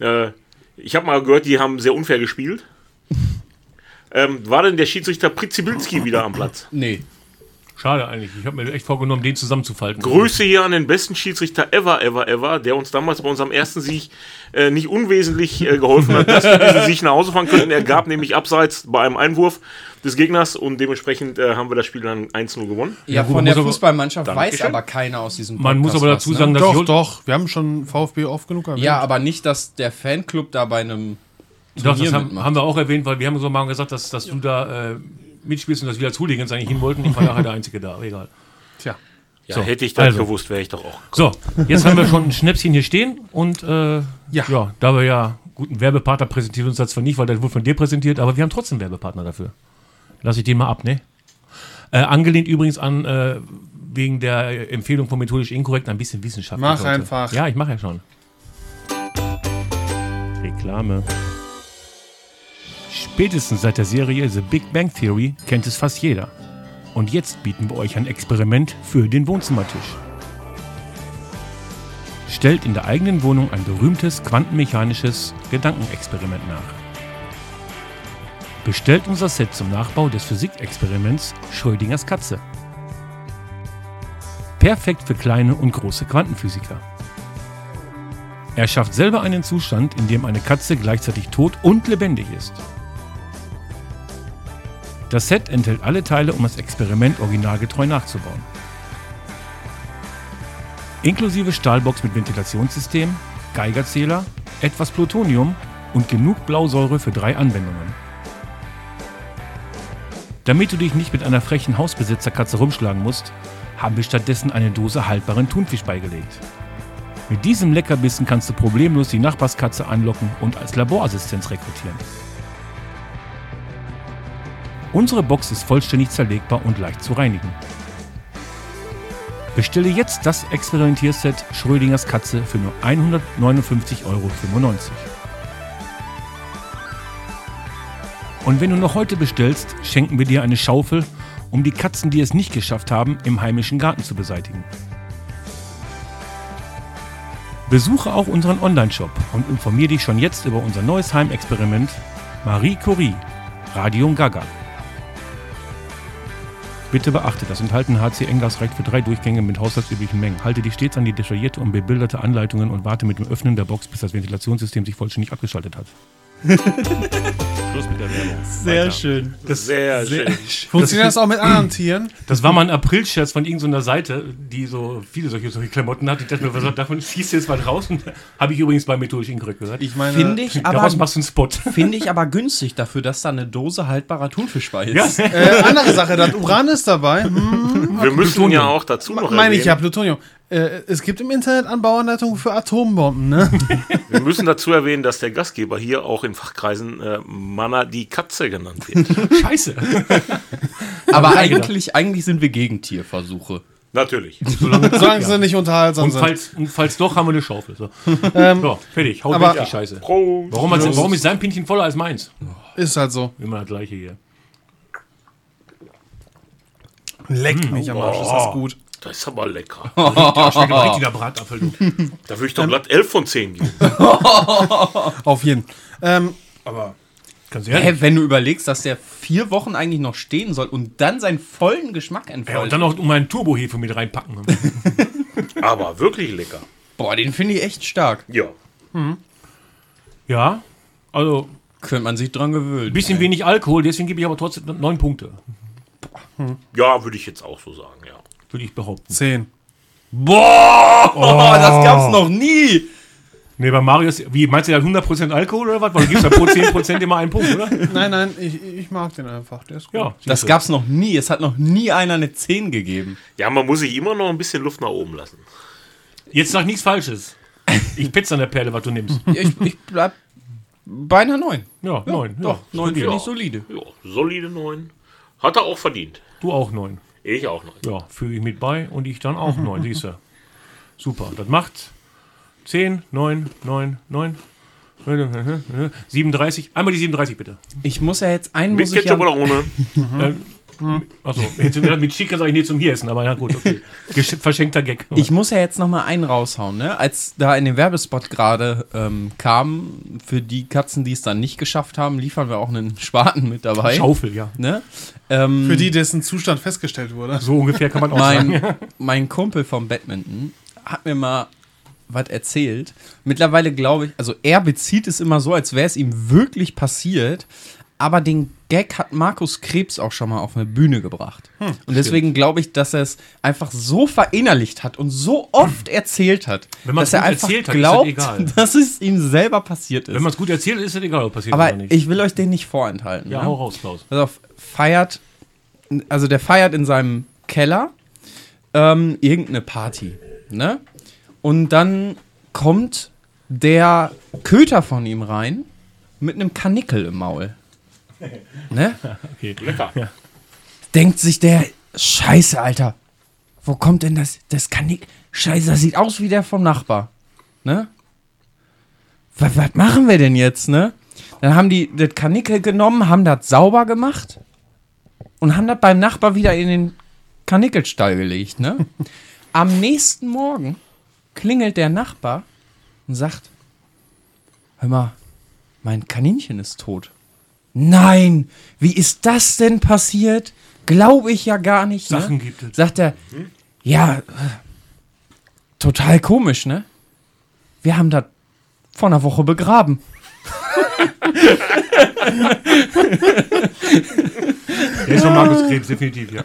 S5: äh, ich habe mal gehört, die haben sehr unfair gespielt. Ähm, war denn der Schiedsrichter Pritzibilski wieder am Platz?
S4: Nee.
S2: Schade eigentlich. Ich habe mir echt vorgenommen, den zusammenzufalten.
S5: Grüße hier an den besten Schiedsrichter ever, ever, ever, der uns damals bei unserem ersten Sieg äh, nicht unwesentlich äh, geholfen hat, dass wir
S2: (laughs)
S5: diesen Sieg nach Hause fahren könnten. Er gab nämlich abseits bei einem Einwurf des Gegners und dementsprechend äh, haben wir das Spiel dann 1-0 gewonnen.
S4: Ja,
S2: gut,
S4: von der
S2: muss aber-
S4: Fußballmannschaft weiß
S5: Dankeschön.
S4: aber keiner aus diesem
S2: Man muss
S4: Podcast
S2: aber
S4: was,
S2: dazu
S4: ne?
S2: sagen, dass
S3: Doch,
S2: Jol-
S3: doch. Wir haben schon VfB oft genug erwähnt.
S4: Ja, aber nicht, dass der Fanclub da bei einem.
S2: Doch, das
S4: Turnier
S2: haben,
S4: mitmacht.
S2: haben wir auch erwähnt, weil wir haben so mal gesagt, dass, dass du da äh, mitspielst und dass wir als Hooligans eigentlich hin wollten. Ich war nachher der Einzige da, aber egal.
S3: Tja.
S5: Ja,
S2: So,
S5: hätte ich das
S2: also.
S5: gewusst, wäre ich doch auch.
S2: So, jetzt haben wir schon ein Schnäpschen hier stehen und äh, ja. da wir ja guten Werbepartner präsentiert uns das zwar nicht, weil der wurde von dir präsentiert, aber wir haben trotzdem einen Werbepartner dafür. Lass ich den mal ab, ne? Äh, angelehnt übrigens an äh, wegen der Empfehlung von methodisch inkorrekt ein bisschen Wissenschaft.
S3: Mach
S2: Leute.
S3: einfach.
S2: Ja, ich mache ja schon. Reklame. Spätestens seit der Serie The Big Bang Theory kennt es fast jeder. Und jetzt bieten wir euch ein Experiment für den Wohnzimmertisch. Stellt in der eigenen Wohnung ein berühmtes quantenmechanisches Gedankenexperiment nach. Bestellt unser Set zum Nachbau des Physikexperiments Schrödingers Katze. Perfekt für kleine und große Quantenphysiker. Er schafft selber einen Zustand, in dem eine Katze gleichzeitig tot und lebendig ist. Das Set enthält alle Teile, um das Experiment originalgetreu nachzubauen. Inklusive Stahlbox mit Ventilationssystem, Geigerzähler, etwas Plutonium und genug Blausäure für drei Anwendungen. Damit du dich nicht mit einer frechen Hausbesitzerkatze rumschlagen musst, haben wir stattdessen eine Dose haltbaren Thunfisch beigelegt. Mit diesem Leckerbissen kannst du problemlos die Nachbarskatze anlocken und als Laborassistenz rekrutieren. Unsere Box ist vollständig zerlegbar und leicht zu reinigen. Bestelle jetzt das Experimentierset Schrödingers Katze für nur 159,95 Euro. Und wenn du noch heute bestellst, schenken wir dir eine Schaufel, um die Katzen, die es nicht geschafft haben, im heimischen Garten zu beseitigen. Besuche auch unseren Online-Shop und informiere dich schon jetzt über unser neues Heimexperiment Marie Curie, Radium Gaga. Bitte beachte, das enthaltene HC Englas reicht für drei Durchgänge mit haushaltsüblichen Mengen. Halte dich stets an die detaillierte und bebilderte Anleitungen und warte mit dem Öffnen der Box, bis das Ventilationssystem sich vollständig abgeschaltet hat. Schluss mit der Werbung. Sehr
S1: schön.
S5: Sehr, schön.
S3: Funktioniert das auch mit anderen Tieren?
S2: Das war mal ein April-Scherz von irgendeiner Seite, die so viele solche, solche Klamotten hat. Ich dachte mir, was davon schießt jetzt mal raus? Und habe ich übrigens bei methodisch inkorrekt gesagt.
S3: Ich meine,
S4: Finde ich, aber,
S2: Daraus machst du einen Spot.
S4: finde ich aber günstig dafür, dass da eine Dose haltbarer Thunfisch bei
S2: (laughs)
S4: ist.
S3: äh, andere Sache, das Uran ist dabei. Hm,
S5: Wir müssen ja auch dazu noch
S3: meine ich ja,
S5: erwähnen,
S3: Plutonium. Äh, es gibt im Internet Anbauanleitungen für Atombomben, ne?
S5: wir müssen dazu erwähnen, dass der Gastgeber hier auch in Fachkreisen äh, Manna die Katze genannt wird.
S2: (laughs) Scheiße. genau.
S4: Aber eigentlich, eigentlich sind wir gegen Tierversuche.
S5: Natürlich.
S3: Solange sie nicht unterhaltsam
S2: Und
S3: sind.
S2: falls, und falls doch, haben wir eine Schaufel.
S3: (laughs)
S2: So, so fertig. Hau
S3: Ähm, aber-
S2: weg die Scheiße.
S5: Pro.
S2: Warum, hat- warum ist sein Pinchen voller als meins?
S3: Ist halt so.
S2: Immer das gleiche hier.
S3: Leck mich am Arsch, ist das gut.
S5: Das ist aber lecker.
S3: Ah,
S2: Schmeckt aber richtiger Bratapfel. du.
S5: Da würde ich doch glatt 11 von 10 geben.
S3: Auf jeden. Ähm,
S2: Ganz
S4: Hä,
S2: ehrlich.
S4: wenn du überlegst, dass der vier Wochen eigentlich noch stehen soll und dann seinen vollen Geschmack
S2: Ja, und
S4: entfaltet.
S2: dann noch um meinen Turbohefe mit
S3: (laughs)
S2: reinpacken.
S5: Aber wirklich lecker.
S4: Boah, den finde ich echt stark.
S5: Ja.
S2: Ja, also
S4: Könnte man sich dran gewöhnen.
S2: ein
S3: Äh.
S2: bisschen wenig Alkohol, deswegen gebe ich aber trotzdem neun Punkte,
S5: Ja, würde ich jetzt auch so sagen, ja.
S2: würde ich behaupten.
S3: 10.
S4: Boah, Oh, das
S2: Oh.
S4: gab's noch nie.
S2: Nee, bei Marius, wie meinst du, der hat 100% Alkohol oder was? Weil du gibst
S4: (laughs)
S2: ja pro 10% immer einen Punkt, oder?
S3: Nein, nein, ich, ich mag den einfach. Der ist gut.
S2: Ja.
S4: Das gab's noch nie. Es hat noch nie einer eine 10 gegeben.
S5: Ja, man muss sich immer noch ein bisschen Luft nach oben lassen.
S2: Jetzt sag nichts Falsches. Ich pitze an der Perle, was du nimmst.
S4: Ich, ich bleib bei einer 9.
S2: Ja, neun.
S4: Doch,
S2: ja.
S4: 9 finde
S5: ja.
S4: ich solide.
S5: Ja, solide 9. Hat er auch verdient.
S2: Du auch neun.
S5: Ich auch 9.
S2: Ja, füge ich mit bei und ich dann auch neun, siehst du. Super, das macht 10, 9, 9, 9. 37, einmal die 37 bitte.
S4: Ich muss ja jetzt einen
S5: Mit
S4: muss ich ja,
S5: Ketchup oder ohne?
S2: Ähm, Achso, jetzt mit Chica sage ich nee zum Hier essen, aber na gut, okay. Gesch verschenkter Gag.
S4: Ich muss ja jetzt noch mal einen raushauen, ne? Als da in dem Werbespot gerade ähm, kam, für die Katzen, die es dann nicht geschafft haben, liefern wir auch einen Spaten mit dabei.
S2: Schaufel, ja.
S4: Ne? Ähm,
S3: Für die, dessen Zustand festgestellt wurde.
S2: So ungefähr kann man auch sagen.
S4: mein, (laughs) mein Kumpel vom Badminton hat mir mal was erzählt. Mittlerweile glaube ich, also er bezieht es immer so, als wäre es ihm wirklich passiert. Aber den Gag hat Markus Krebs auch schon mal auf eine Bühne gebracht.
S2: Hm,
S4: und deswegen glaube ich, dass er es einfach so verinnerlicht hat und so oft erzählt hat,
S2: Wenn man's
S4: dass er
S2: gut
S4: einfach
S2: erzählt hat, ist das
S4: glaubt,
S2: egal.
S4: (laughs) dass es ihm selber passiert ist.
S2: Wenn man es gut erzählt, ist es egal, ob passiert
S4: Aber
S2: oder nicht.
S4: ich will euch den nicht vorenthalten.
S2: ja,
S4: ne?
S2: hau raus, Klaus.
S4: Pass auf, feiert, also der feiert in seinem Keller ähm, irgendeine Party, ne? Und dann kommt der Köter von ihm rein mit einem Kanickel im Maul, ne?
S5: Lecker.
S4: Denkt sich der, scheiße, Alter, wo kommt denn das, das Kanickel, scheiße, das sieht aus wie der vom Nachbar, ne? was, was machen wir denn jetzt, ne? Dann haben die das Kanickel genommen, haben das sauber gemacht und haben das beim Nachbar wieder in den Kanickelstall gelegt, ne? Am nächsten Morgen klingelt der Nachbar und sagt, hör mal, mein Kaninchen ist tot. Nein, wie ist das denn passiert? Glaube ich ja gar nicht. Ne?
S2: Sachen gibt es.
S4: Sagt er, ja, äh, total komisch, ne? Wir haben das vor einer Woche begraben.
S2: Der ist von Markus Krebs, definitiv, ja.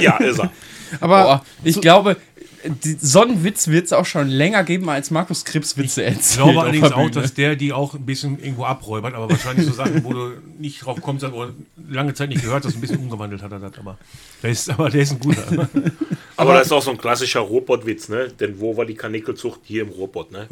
S5: Ja, ist er.
S3: Aber
S4: Boah, ich glaube, die, so einen Witz wird es auch schon länger geben, als Markus Krebs Witze
S2: Ich
S4: erzählt.
S2: glaube
S4: auf
S2: allerdings
S4: der
S2: auch,
S4: Bühne.
S2: dass der die auch ein bisschen irgendwo abräubert, aber wahrscheinlich so Sachen, wo du nicht drauf kommst oder lange Zeit nicht gehört hast, ein bisschen umgewandelt hat er das. Aber der ist, aber der ist ein guter.
S5: Aber das ist auch so ein klassischer Ruhrpottwitz, ne? Denn wo war die Kanickelzucht? Hier im Ruhrpott, ne?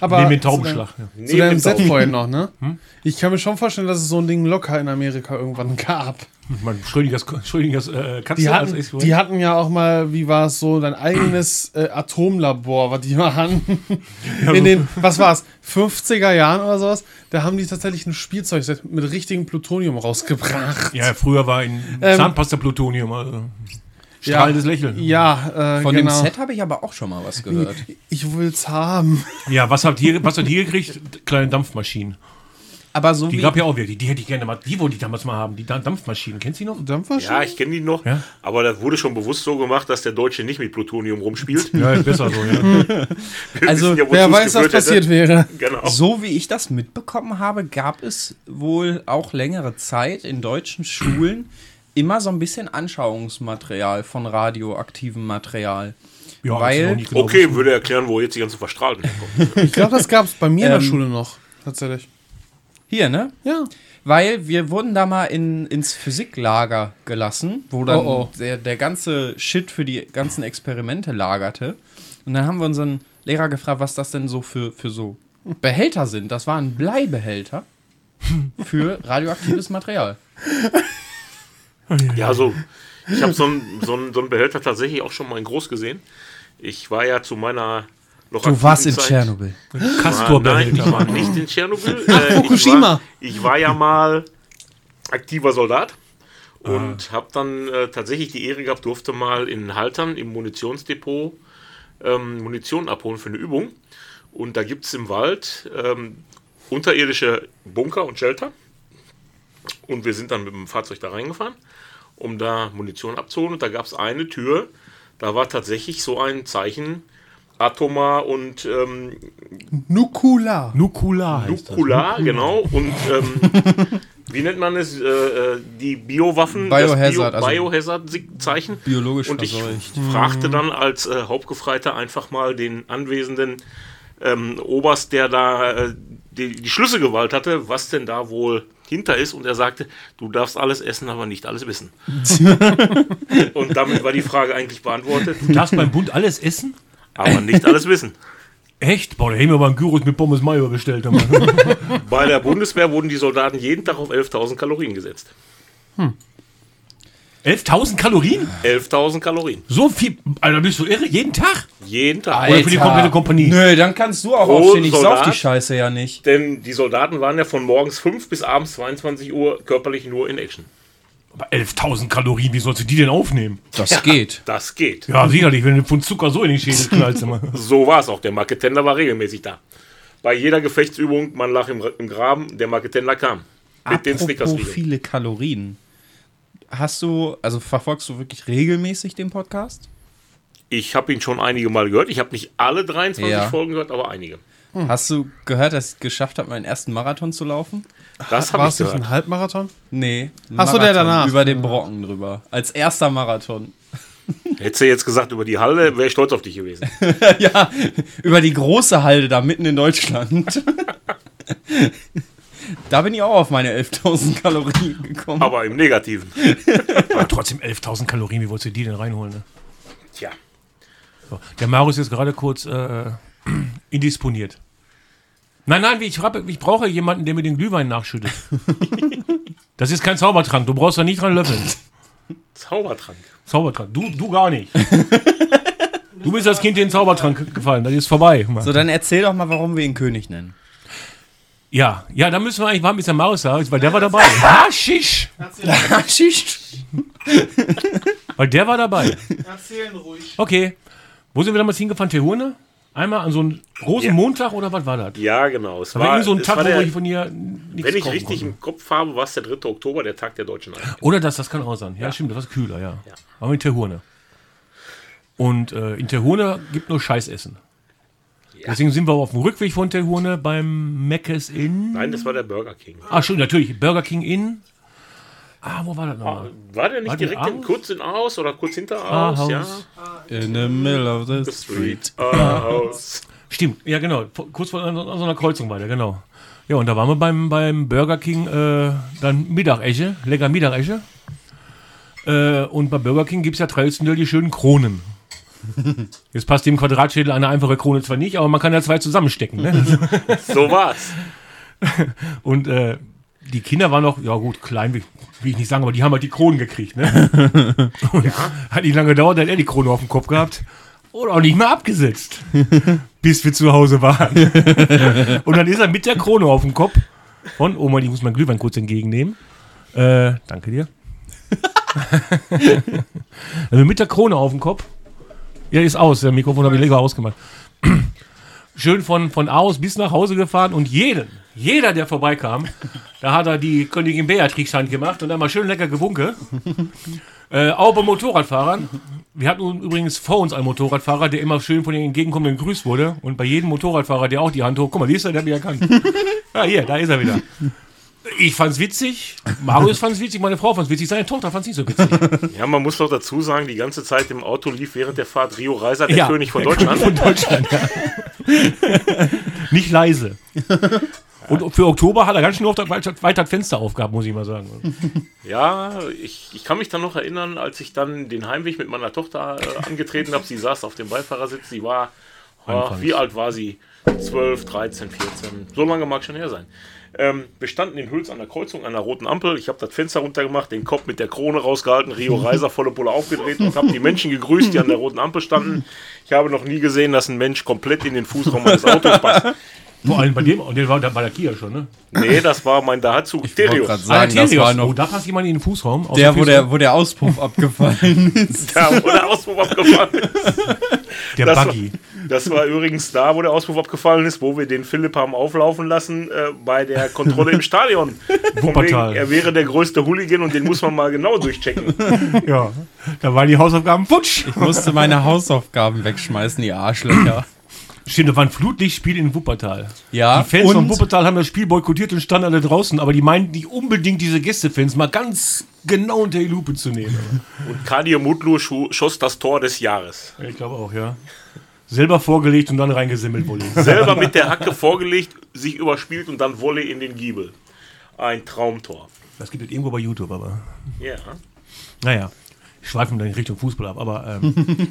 S3: aber
S2: Neben den Taubenschlag. Ja.
S3: Zu deinem
S5: Neben dem
S3: Set vorhin noch, ne?
S2: Hm?
S3: Ich kann mir schon vorstellen, dass es so ein Ding locker in Amerika irgendwann (laughs) gab.
S2: Man, Schrödingers, Schrödingers äh, Katze
S3: Die
S4: also
S2: als
S3: hatten,
S2: Experiment.
S3: die hatten ja auch mal, wie war es so, dein eigenes äh, Atomlabor, was die mal hatten. In den, was war's, 50er Jahren oder sowas, da haben die tatsächlich ein Spielzeugset mit richtigem Plutonium rausgebracht.
S2: Ja, früher war ein Zahnpasta Plutonium. Also. Strahlendes Lächeln.
S3: Ja, äh,
S4: Von
S3: genau.
S4: dem Set habe ich aber auch schon mal was gehört.
S3: Ich will's haben.
S2: Ja, was habt ihr, was habt ihr gekriegt? Kleine Dampfmaschinen.
S4: Aber so
S2: Die
S4: wie
S2: gab ja auch wirklich. Die hätte ich gerne mal. Die wollte ich damals mal haben. Die Da- Dampfmaschinen. Kennst du die noch?
S3: Dampfmaschine?
S5: Ja, ich kenne die noch,
S2: Ja.
S5: aber das wurde schon bewusst so gemacht, dass der Deutsche nicht mit Plutonium
S3: (laughs)
S5: rumspielt.
S2: Ja, ist besser so, ja.
S5: Wir
S4: Also,
S5: wissen wozu
S3: Wer
S5: es
S3: weiß, was
S5: geführt hätte.
S3: passiert wäre.
S4: (laughs)
S5: Genau.
S4: So wie ich das mitbekommen habe, gab es wohl auch längere Zeit in deutschen Schulen immer so ein bisschen Anschauungsmaterial von radioaktivem Material. Weil-
S2: ja das ist noch nicht genau
S5: Okay,
S2: gewusst.
S5: würde erklären, wo jetzt die ganzen Verstrahlten herkommen.
S3: Ich glaube, das gab's bei mir in der
S4: Ähm.
S3: Schule noch. Tatsächlich.
S4: Hier, ne?
S3: Ja.
S4: Weil wir wurden da mal in, ins Physiklager gelassen, wo dann
S3: Oh,
S4: Der, der ganze Shit für die ganzen Experimente lagerte. Und dann haben wir unseren Lehrer gefragt, was das denn so für, für so Behälter sind. Das waren Bleibehälter für radioaktives Material.
S5: Ja, so. Ich habe so einen so einen- so einen Behälter tatsächlich auch schon mal in groß gesehen. Ich war ja zu meiner noch aktiven Zeit- Ah, Nein, ich
S2: Castor-Behälter.
S5: war nicht in Tschernobyl. Äh,
S3: Fukushima.
S5: Ich war, ich war ja mal aktiver Soldat und habe dann äh, tatsächlich die Ehre gehabt, durfte mal in Haltern im Munitionsdepot ähm, Munition abholen für eine Übung. Und da gibt es im Wald ähm, unterirdische Bunker und Shelter. Und wir sind dann mit dem Fahrzeug da reingefahren, um da Munition abzuholen. Und da gab es eine Tür, da war tatsächlich so ein Zeichen atomar und ähm,
S3: Nukula.
S2: Nukular heißt
S4: ne?
S2: das.
S5: Nukular,
S4: Hm.
S5: genau. Und ähm,
S4: (laughs)
S5: wie nennt man es? Äh, äh, die Biowaffen,
S4: Biohazard,
S5: das
S4: also-
S5: Bio, Biohazard-Zeichen.
S4: Biologisch
S5: Und ich
S4: verseucht. Hm.
S5: fragte dann als äh, Hauptgefreiter einfach mal den anwesenden ähm, Oberst, der da äh, die, die Schlüsselgewalt hatte, was denn da wohl hinter ist. Und er sagte, du darfst alles essen, aber nicht alles
S4: (laughs)
S5: wissen. und damit war die Frage eigentlich beantwortet,
S2: Du darfst beim Bund alles essen?
S5: aber nicht alles wissen.
S2: Echt? Boah, da hätten wir mal einen Gyros mit Pommes Mayo bestellt. Mann.
S5: (laughs) Bei der Bundeswehr wurden die Soldaten jeden Tag auf 11.000 Kalorien gesetzt.
S2: 11.000 Kalorien?
S5: 11.000 Kalorien.
S2: So viel? Alter, bist du irre? Jeden Tag?
S5: Jeden Tag.
S2: Oder für die komplette Kompanie?
S4: Nö, dann kannst du auch
S5: Pro
S4: aufstehen. Ich sauf
S5: Soldat.
S4: die Scheiße ja nicht.
S5: Denn die Soldaten waren ja von morgens 5 bis abends 22 Uhr körperlich nur in Action.
S2: Aber 11.000 Kalorien, wie sollst du die denn aufnehmen?
S4: Das geht.
S5: Das geht.
S2: Ja, sicherlich, wenn du einen Pfund Zucker so in den Schädel knallst. immer.
S5: So war es auch. Der Marketender war regelmäßig da. Bei jeder Gefechtsübung, man lag im, im Graben, der Marketender kam. Mit den
S4: Apropos
S5: Snickers-Riegeln.
S4: viele Kalorien. Hast du, also verfolgst du wirklich regelmäßig den Podcast?
S5: Ich habe ihn schon einige Mal gehört. Ich habe nicht alle 23
S4: Ja.
S5: Folgen gehört, aber einige.
S4: Hast du gehört, dass ich es geschafft habe, meinen ersten Marathon zu laufen?
S5: Das habe
S3: War es
S5: ich
S3: nicht
S5: gehört.
S3: ein Halbmarathon?
S4: Nee. ein
S3: Ach so, der
S4: Marathon
S3: danach.
S4: Über den Brocken drüber. Als erster Marathon. (laughs)
S5: Hättest du jetzt gesagt, über die Halle wäre ich stolz auf
S2: (laughs)
S5: dich gewesen.
S4: ja, über die große Halde da mitten in Deutschland. (laughs) da bin ich auch auf meine 11.000 Kalorien gekommen.
S5: Aber im Negativen.
S2: (laughs) Aber trotzdem 11.000 Kalorien, wie wolltest du die denn reinholen? Ne?
S5: Tja.
S2: So. Der Marius ist gerade kurz äh, (clears throat) indisponiert. Nein, nein, wie- ich, hab, ich brauche jemanden, der mir den Glühwein
S5: (laughs)
S2: nachschüttet. das ist kein Zaubertrank, du brauchst da nicht dran löffeln.
S5: Zaubertrank.
S2: Zaubertrank, du, du gar nicht. (laughs) Du bist als Kind in den Zaubertrank gefallen, das ist vorbei. Mann.
S4: So, dann erzähl doch mal, warum wir ihn König nennen.
S2: Ja, ja, da müssen wir eigentlich warten, bis der Marius da ist, weil der war
S5: (laughs)
S2: dabei. Ah, Haschisch!
S4: Schicht.
S2: Weil der war dabei.
S7: Erzählen ruhig.
S2: Okay. Wo sind wir damals hingefahren? Tehune? Einmal an so einem Rosenmontag oder was war das?
S5: Ja, genau. Es
S2: Da war
S5: war,
S2: irgend so ein
S5: es
S2: Tag,
S5: war
S2: wo
S5: der,
S2: ich von hier nichts
S5: wenn ich
S2: kaufen
S5: richtig
S2: konnte.
S5: im Kopf habe, war es der 3. Oktober, der Tag der Deutschen Einheit.
S2: Oder das, das kann auch sein. Ja, stimmt, das war kühler, ja.
S5: Ja.
S2: Waren wir in Tehune. Und äh, in Tehune gibt nur Scheißessen. Deswegen sind wir auf dem Rückweg von Tehune beim Meckes Inn.
S5: Nein, das war der Burger King.
S2: Ah, schon, natürlich, Burger King Inn. Ah, wo war das nochmal?
S5: War der nicht
S2: War Ah, der
S5: direkt in,
S2: Ahaus?
S5: kurz in Ahaus oder kurz hinter Ahaus?
S2: Ahaus.
S5: Ja.
S4: In the middle of the
S5: Street
S2: Ah.
S5: Ahaus.
S2: Stimmt, ja genau. Vor- Kurz vor an so an so einer Kreuzung weiter, genau. Ja, und da waren wir beim, beim Burger King äh, dann Mittagesche, lecker Mittagesche. Äh, und bei Burger King gibt es ja traditionell die schönen Kronen. Jetzt passt dem Quadratschädel eine einfache Krone zwar nicht, aber man kann ja zwei zusammenstecken. Ne?
S5: So war's.
S2: Und äh, die Kinder waren noch, ja gut, klein, will, will ich nicht sagen, aber die haben halt die Kronen gekriegt. Ne? Und Hat nicht lange gedauert, dann hat er die Krone auf dem Kopf gehabt. Oder auch nicht mehr abgesetzt. bis wir zu Hause waren. Und dann ist er mit der Krone auf dem Kopf von, oh Mann, ich muss meinen Glühwein kurz entgegennehmen. Äh, danke dir. also mit der Krone auf dem Kopf. Ja, ist aus. Der Mikrofon habe ich lecker ausgemacht. Schön von, von aus bis nach Hause gefahren und jeden, jeder, der vorbeikam, da hat er die Königin Beatrix Hand gemacht und einmal schön lecker gewunke. Äh, auch bei Motorradfahrern. Wir hatten übrigens vor uns einen Motorradfahrer, der immer schön von den entgegenkommenden gegrüßt wurde. Und bei jedem Motorradfahrer, der auch die Hand hoch, guck mal, wie ist er, der hat mich erkannt. ja, hier, da ist er wieder. Ich fand's witzig, Marius fand's witzig, meine Frau fand's witzig, seine Tochter fand's nicht so witzig.
S5: Ja, man muss noch dazu sagen, die ganze Zeit im Auto lief während der Fahrt Rio Reiser, der
S2: Ja,
S5: König von
S2: der
S5: Deutschland.
S2: (laughs) Von Deutschland, ja. Nicht leise. Und für Oktober hat er ganz schön oft das weite weite Fenster aufgehabt, muss ich mal sagen.
S5: Ja, ich, ich kann mich dann noch erinnern, als ich dann den Heimweg mit meiner Tochter äh, angetreten habe. Sie saß auf dem Beifahrersitz. Sie war, ah, wie alt war sie? 12, 13, 14. So lange mag schon her sein. Ähm, wir standen in Hüls an der Kreuzung, an der roten Ampel. Ich habe das Fenster runtergemacht, den Kopf mit der Krone
S4: (laughs)
S5: rausgehalten, Rio Reiser volle Pulle aufgedreht und habe die Menschen gegrüßt, die an der roten Ampel standen. Ich habe noch nie gesehen, dass ein Mensch komplett in den Fußraum meines Autos
S4: (laughs)
S5: passt.
S2: Vor allem bei dem, und der war, der war der Kia schon, ne?
S5: Nee, das war mein Dahatsu Stereo.
S4: grad
S2: Ah,
S4: sagen, das war
S2: Terios. Oh,
S4: noch
S2: da passt jemand in den Fußraum. Aus
S4: der,
S2: dem
S4: wo der,
S2: Fußraum.
S4: wo der Auspuff abgefallen (laughs) ist.
S5: Da wurde der Auspuff abgefahren.
S2: der
S5: Das war,
S2: Buggy.
S5: das war übrigens da, wo der Auspuff abgefallen ist, wo wir den Philipp haben auflaufen lassen äh, bei der Kontrolle
S2: (laughs)
S5: im Stadion. Von
S2: Wuppertal.
S5: wegen, er wäre der größte Hooligan und den muss man mal
S2: (laughs)
S5: genau durchchecken.
S2: Ja, da waren die Hausaufgaben futsch.
S4: Ich musste meine Hausaufgaben wegschmeißen, die Arschlöcher.
S2: Stimmt, da war ein Flutlichtspiel in Wuppertal.
S4: Ja,
S2: Die Fans von
S4: und-
S2: Wuppertal haben das Spiel boykottiert und standen alle draußen, aber die meinten nicht unbedingt diese Gästefans mal ganz genau unter die Lupe zu nehmen.
S5: Und Kadir Mutlu schu- schoss das Tor des Jahres.
S2: Ich glaube auch, ja. Selber vorgelegt und dann reingesimmelt (laughs) wurde.
S5: Selber mit der Hacke vorgelegt, sich überspielt und dann Volley in den Giebel. Ein Traumtor.
S2: Das gibt es irgendwo bei YouTube, aber.
S5: Ja.
S2: Naja. Ich schweife dann in Richtung Fußball ab, aber, (laughs) ähm,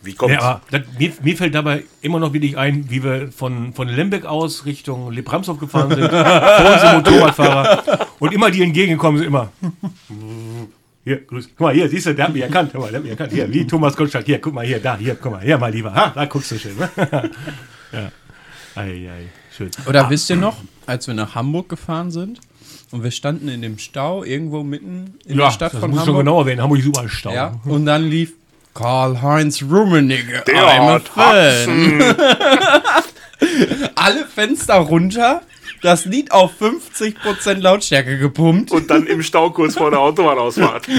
S5: Wie kommt's?
S2: ja, aber das, mir, mir fällt dabei immer noch wirklich ein, wie wir von, von Lembeck aus Richtung Lebramshof gefahren (laughs) sind, vor uns im Motorradfahrer und immer die entgegengekommen sind, immer. Hier, grüß. Guck mal, hier, siehst du, der hat mich erkannt. Guck mal, der hat mich erkannt. Hier, wie Thomas Gottschalk. Hier, guck mal, hier, da, hier, guck mal, hier, mein Lieber. Ha, da guckst du schön. ne? (laughs) ja. Ei, ei, schön.
S4: Oder wisst ihr noch, als wir nach Hamburg gefahren sind Und wir standen in dem Stau irgendwo mitten in
S2: ja,
S4: der Stadt
S2: das
S4: von
S2: muss
S4: Hamburg.
S2: schon genauer werden. Hamburg ist überall Stau.
S4: Ja, und dann lief Karl-Heinz Rummenigge.
S5: Der hat
S4: (laughs) Alle Fenster runter, das Lied auf 50% Lautstärke gepumpt.
S5: Und dann im Stau kurz vor der Autobahnausfahrt.
S2: (laughs)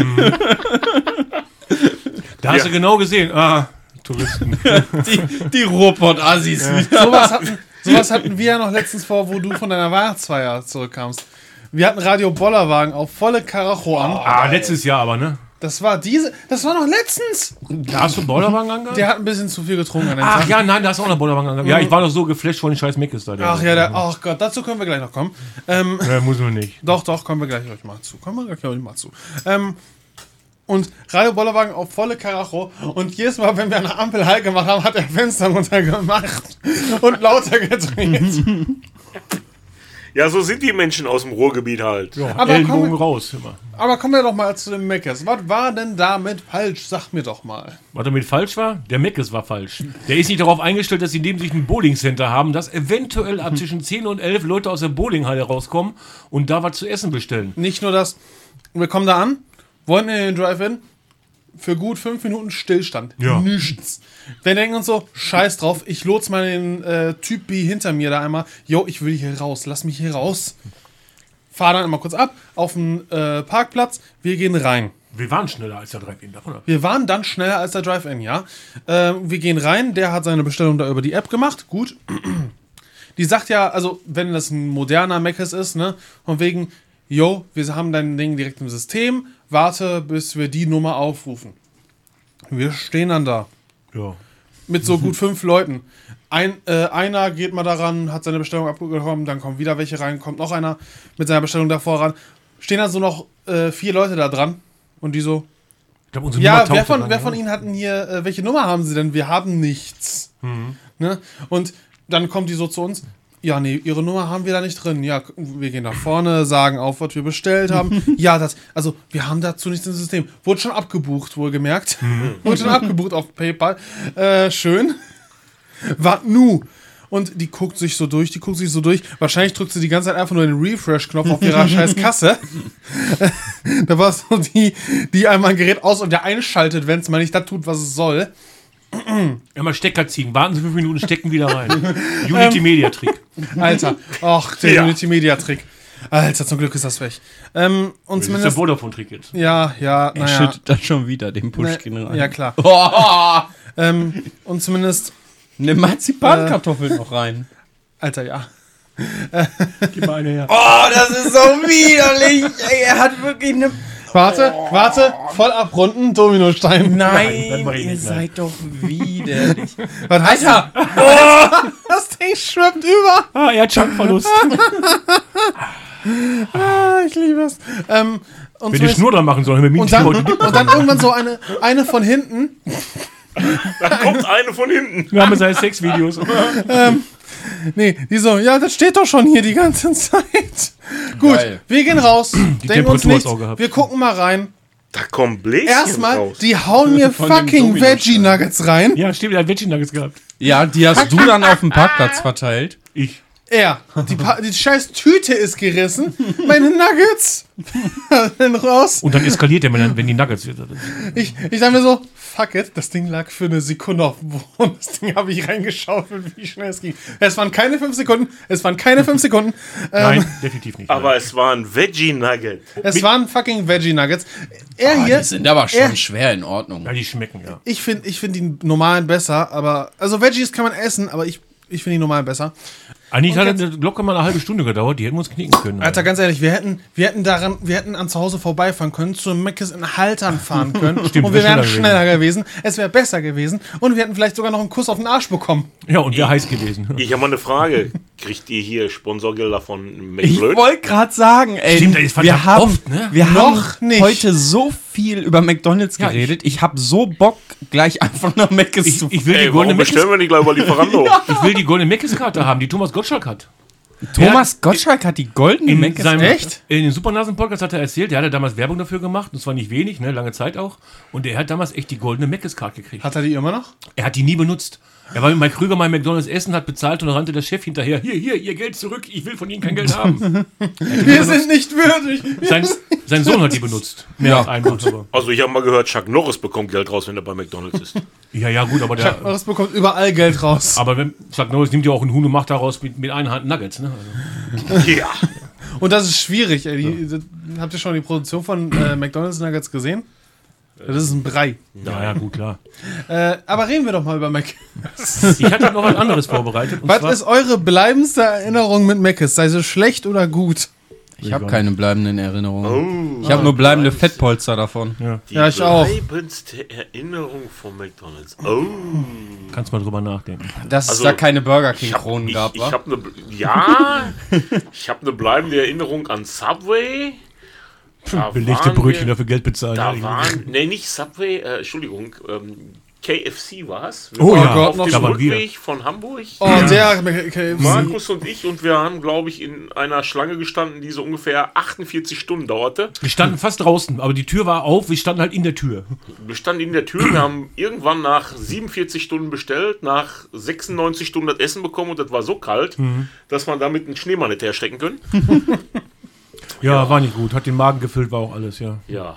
S2: Da hast
S5: Ja.
S2: du genau gesehen. Ah,
S4: (laughs)
S2: Touristen.
S4: Die, die Ruhrpott-Assis. wieder.
S7: Sowas hatten, sowas hatten wir ja noch letztens vor, wo du von deiner Weihnachtsfeier zurückkamst. Wir hatten Radio Bollerwagen auf volle Karacho an.
S2: ah, letztes Jahr aber, ne?
S7: Das war diese, das war noch letztens.
S2: Da hast du einen Bollerwagen angehabt?
S7: Der hat ein bisschen zu viel getrunken an dem
S2: Ach
S7: Tag.
S2: ja, nein, da hast du auch einen Bollerwagen angehabt. Ja, ich war doch so geflasht von den scheiß Meckes da.
S7: Ach ja, der, ach Gott, dazu können wir gleich noch kommen. Ähm,
S2: Ja, muss man nicht.
S7: Doch, doch, kommen wir gleich euch mal zu. Kommen wir gleich euch mal zu. Ähm, und Radio Bollerwagen auf volle Karacho. Und jedes Mal, wenn wir eine Ampel halt gemacht haben, hat er Fenster runtergemacht (laughs) und lauter gedreht.
S5: Ja, so sind die Menschen aus dem Ruhrgebiet halt.
S7: Aber
S2: Ellenbogen
S7: komm-
S2: raus immer.
S7: Aber kommen wir doch mal zu den Meckers. Was war denn damit falsch? Sag mir doch mal.
S2: Was damit falsch war? Der Meckes war falsch. Der ist nicht darauf eingestellt, dass sie neben sich ein Bowling Center haben, dass eventuell ab zwischen 10 und 11 Leute aus der Bowlinghalle rauskommen und da was zu essen bestellen.
S7: Nicht nur das, wir kommen da an, wollen in den Drive-In, für gut fünf Minuten Stillstand.
S2: Ja.
S7: Nichts. Wir denken uns so, scheiß drauf, ich lotse mal den äh, Typ B hinter mir da einmal. Jo, ich will hier raus, lass mich hier raus. Fahr dann einmal kurz ab auf den äh, Parkplatz, wir gehen rein.
S2: Wir waren schneller als der Drive-In davon. ab.
S7: Wir waren dann schneller als der Drive-In, ja. Ähm, wir gehen rein, der hat seine Bestellung da über die App gemacht, gut. Die sagt ja, also wenn das ein moderner Meckes ist, ne, von wegen, yo, wir haben dein Ding direkt im System, warte, bis wir die Nummer aufrufen. Wir stehen dann da
S2: Ja.
S7: mit so gut fünf Leuten. Ein, äh, einer geht mal daran, hat seine Bestellung abgekommen, dann kommen wieder welche rein, kommt noch einer mit seiner Bestellung davor ran. Stehen dann so noch äh, vier Leute da dran und die so,
S2: Ich glaube, unsere
S7: ja,
S2: Nummer
S7: wer
S2: tauchte
S7: von,
S2: dann,
S7: wer
S2: ja.
S7: von Ihnen hatten hier, äh, welche Nummer haben Sie denn? Wir haben nichts.
S4: Mhm.
S7: Ne? Und dann kommt die so zu uns. Ja, nee, ihre Nummer haben wir da nicht drin. Ja, k- wir gehen nach vorne, sagen auf, was wir
S4: (laughs)
S7: bestellt haben. ja, das, also wir haben dazu nichts im System. Wurde schon abgebucht, wohlgemerkt.
S4: Mhm.
S7: (laughs) Wurde schon abgebucht auf PayPal. Äh, schön. Was nu? Und die guckt sich so durch, die guckt sich so durch. Wahrscheinlich drückt sie die ganze Zeit einfach nur den Refresh-Knopf
S2: (laughs)
S7: auf ihrer scheiß Kasse. (laughs) Da war so die, die einmal ein Gerät aus und der einschaltet, wenn es mal nicht das tut, was es soll.
S2: Einmal Stecker ziehen. Warten Sie fünf Minuten, stecken wieder
S7: (laughs)
S2: rein. Unity
S7: Ähm,
S2: Media Trick.
S7: Alter, ach, der
S5: Ja.
S7: Unity-Media-Trick. Alter, zum Glück ist das weg. Ähm, und
S2: Das ist der
S7: zumindest.
S2: Vodafone Trick jetzt.
S7: Ja, ja,
S4: Er
S7: naja.
S4: schüttet dann schon wieder den Oh.
S7: Ne,
S4: Pushkin rein. (laughs)
S7: ja, klar. Ähm, und zumindest.
S4: Eine Marzipankartoffel noch rein.
S7: Alter, ja.
S2: Gib mal eine her.
S4: Oh, das ist so widerlich. Ey, er hat wirklich eine.
S7: Warte, warte, voll abrunden, Dominostein.
S4: Nein,
S2: mach ich
S4: ihr
S2: nicht, nein.
S4: seid doch widerlich.
S7: Was heißt
S4: Alter! Oh.
S7: (laughs) das Ding schwimmt über?
S2: Ah, er hat Schankverlust.
S7: Ah, ich liebe es. Ähm,
S2: Wenn
S7: und
S2: die
S7: zumindest-
S2: Schnur dran machen sollen, haben wir
S7: und dann,
S2: Minuten.
S7: und dann irgendwann so eine, eine von hinten
S5: Da kommt eine von hinten.
S2: Wir haben halt seine Sexvideos.
S7: Nee, die so, ja, das steht doch schon hier die ganze (laughs) Zeit. Gut,
S4: Geil.
S7: wir gehen raus, denken uns
S2: Temperatur hat's
S7: nichts,
S2: auch gehabt.
S7: wir gucken mal rein.
S5: Da kommen Bläschen
S7: Erstmal,
S5: raus.
S7: die
S4: (laughs)
S7: hauen mir
S4: dem
S7: fucking
S4: Dominostein.
S7: Veggie Nuggets rein.
S2: Ja, stimmt, er hat Veggie Nuggets gehabt.
S4: (laughs) Ja, die hast du dann auf dem (laughs) Parkplatz verteilt.
S2: Ich.
S7: Er, die, Pa- die scheiß Tüte ist gerissen, meine Nuggets (laughs) dann raus.
S2: Und dann eskaliert er, wenn, er- wenn die Nuggets wieder sind.
S7: Ich, ich sag mir so, fuck it, das Ding lag für eine Sekunde auf dem Boden. Das Ding habe ich reingeschaufelt, wie schnell es ging. Es waren keine fünf Sekunden, es waren keine fünf Sekunden.
S2: Nein, definitiv nicht.
S5: Aber es war ein Veggie Nugget.
S7: Es waren fucking Veggie Nuggets. Er
S4: Ah,
S7: hier,
S4: die sind aber schon
S7: er-
S4: schwer in Ordnung.
S2: ja, die schmecken, ja.
S7: Ich finde ich find die normalen besser, aber. Also Veggies kann man essen, aber ich, ich finde die normalen besser.
S2: Eigentlich Ah, hat eine Glocke mal eine halbe Stunde gedauert, die hätten wir uns knicken können.
S7: Alter, ganz ehrlich, wir hätten, wir hätten daran, wir hätten an zu Hause vorbeifahren können, zu Meckes in Haltern fahren können
S2: (laughs) Stimmt,
S7: und wir
S2: wär
S7: wären
S2: schneller
S7: schneller gewesen. es wäre besser gewesen und wir hätten vielleicht sogar noch einen Kuss auf den Arsch bekommen.
S2: Ja, und wäre heiß gewesen.
S5: Ich habe mal eine Frage. Kriegt ihr hier Sponsorgelder von
S4: Ich
S5: McBlöd?
S4: wollte gerade sagen, ey,
S2: Stimmt, das fand ich
S4: wir haben,
S2: oft, ne?
S4: wir
S7: Noch
S4: haben
S7: nicht.
S4: heute so viel über McDonalds
S2: Ja, ich-
S4: geredet. Ich, habe so Bock, gleich einfach nach Mc's zu
S2: Ich will, die
S5: Ey, warum
S2: goldene Meckes,
S5: bestellen wir nicht gleich über Lieferando?
S2: ich will die goldene Meckes-Karte haben, die Thomas Gottschalk hat.
S4: Thomas Gottschalk hat die goldene
S2: In
S4: Meckes.
S2: seinem,
S4: Echt?
S2: In dem Supernasen-Podcast hat er erzählt, der hatte damals Werbung dafür gemacht, und zwar nicht wenig, ne, lange Zeit auch. Und er hat damals echt die goldene Meckes-Card gekriegt.
S7: Hat er die immer noch?
S2: Er hat die nie benutzt. Er war mit Mike Krüger mal in McDonalds essen, hat bezahlt und dann rannte der Chef hinterher. Hier, hier, ihr Geld zurück, ich will von Ihnen kein Geld haben.
S7: Wir sind nicht würdig.
S2: Sein, sein Sohn hat die benutzt. Mehr als einmal. aber-
S5: Also ich habe mal gehört, Chuck Norris bekommt Geld raus, wenn er bei McDonalds ist.
S2: Ja, ja, gut, aber der.
S7: Das bekommt überall
S2: (laughs)
S7: Geld raus.
S2: Aber wenn, Chuck Norris nimmt ja auch ein Huhn und macht daraus mit, mit einer Hand Nuggets. Ne? Also,
S5: ja.
S7: Und das ist schwierig. Ey. Die, das, habt ihr schon die Produktion von äh, McDonald's Nuggets gesehen? Das ist ein Brei.
S2: ja, ja, gut, klar.
S7: Äh, aber reden wir doch mal über Mac.
S2: Ich hatte noch was anderes vorbereitet. und
S7: Was
S2: zwar-
S7: ist eure bleibendste Erinnerung mit Macis? Sei sie schlecht oder gut?
S4: Ich habe keine bleibenden Erinnerungen. ich habe nur bleibende Fettpolster davon.
S5: Oh, Die
S7: Ja, ich auch.
S5: bleibendste Erinnerung von McDonalds. Oh.
S2: Kannst mal drüber nachdenken.
S4: Dass
S5: Also,
S4: es da keine Burger
S5: Ich hab-
S4: King-Kronen
S5: ich-
S4: gab,
S5: Ich
S4: wa?
S5: habe eine, ja, ich habe eine bleibende Erinnerung an Subway. Da
S2: Belegte
S5: waren
S2: Brötchen
S5: wir-
S2: dafür Geld bezahlen.
S5: Da
S2: Ja,
S5: waren, nee, nicht Subway, äh, Entschuldigung, ähm, KFC war's. Wir
S2: Oh
S5: waren
S2: ja,
S5: auf
S2: noch-
S5: dem
S2: da waren wir.
S5: Rückweg von Hamburg.
S7: Oh, der Mac- KFC.
S5: Markus und ich und wir haben, glaube ich, in einer Schlange gestanden, die so ungefähr 48 Stunden dauerte.
S2: wir standen fast draußen, aber die Tür war auf, wir standen halt in der Tür.
S5: Wir standen in der Tür, wir haben irgendwann nach 47 Stunden bestellt, nach 96 Stunden das Essen bekommen und das war so kalt,
S2: Mhm.
S5: dass man damit einen Schneemann hätte herstecken können.
S2: Ja, war nicht gut. Hat den Magen gefüllt, war auch alles, ja.
S5: Ja.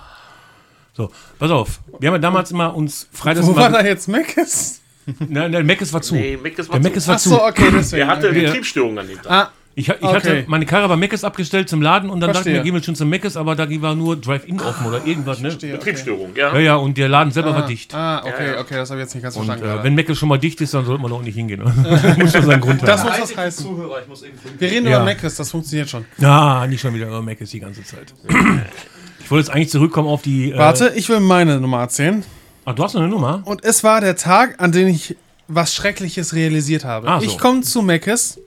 S2: So, pass auf. Wir haben ja damals immer uns freitags
S7: Wo war
S2: mal.
S7: da jetzt Macis?
S2: Nein, der Meckes war zu.
S5: Nee, Meckes war
S2: der
S5: zu.
S2: Meckes war zu.
S7: Achso, (clears throat) okay, deswegen.
S5: Er hatte
S7: Okay.
S5: Betriebsstörungen an dem Tag.
S7: Ah,
S2: Ich, ha- ich
S7: Okay.
S2: hatte meine Karre bei Meckes abgestellt zum Laden und dann dachten
S7: Verstehe.
S2: wir, gehen wir schon zum Meckes, aber da war nur Drive-In offen oder irgendwas, ne?
S5: Betriebsstörung,
S2: Ja,
S5: ja.
S2: ja, und der Laden selber war dicht.
S7: ah, okay, okay, das habe ich jetzt nicht ganz verstanden.
S2: Äh,
S7: gerade.
S2: wenn Meckes schon mal dicht ist, dann sollte man da auch nicht (laughs) hingehen. Muss schon seinen Grund
S7: das
S2: haben.
S7: muss das heißen. Wir reden
S2: Ja.
S7: über Macis, das funktioniert schon.
S2: Ah, nicht schon wieder über Meckes die ganze Zeit. (clears throat) Ich wollte jetzt eigentlich zurückkommen auf die. Äh,
S7: Warte, ich will meine Nummer erzählen.
S2: Ach, du hast noch eine Nummer?
S7: Und es war der Tag, an dem ich was Schreckliches realisiert habe.
S2: Ah, so.
S7: Ich komme zu Macis.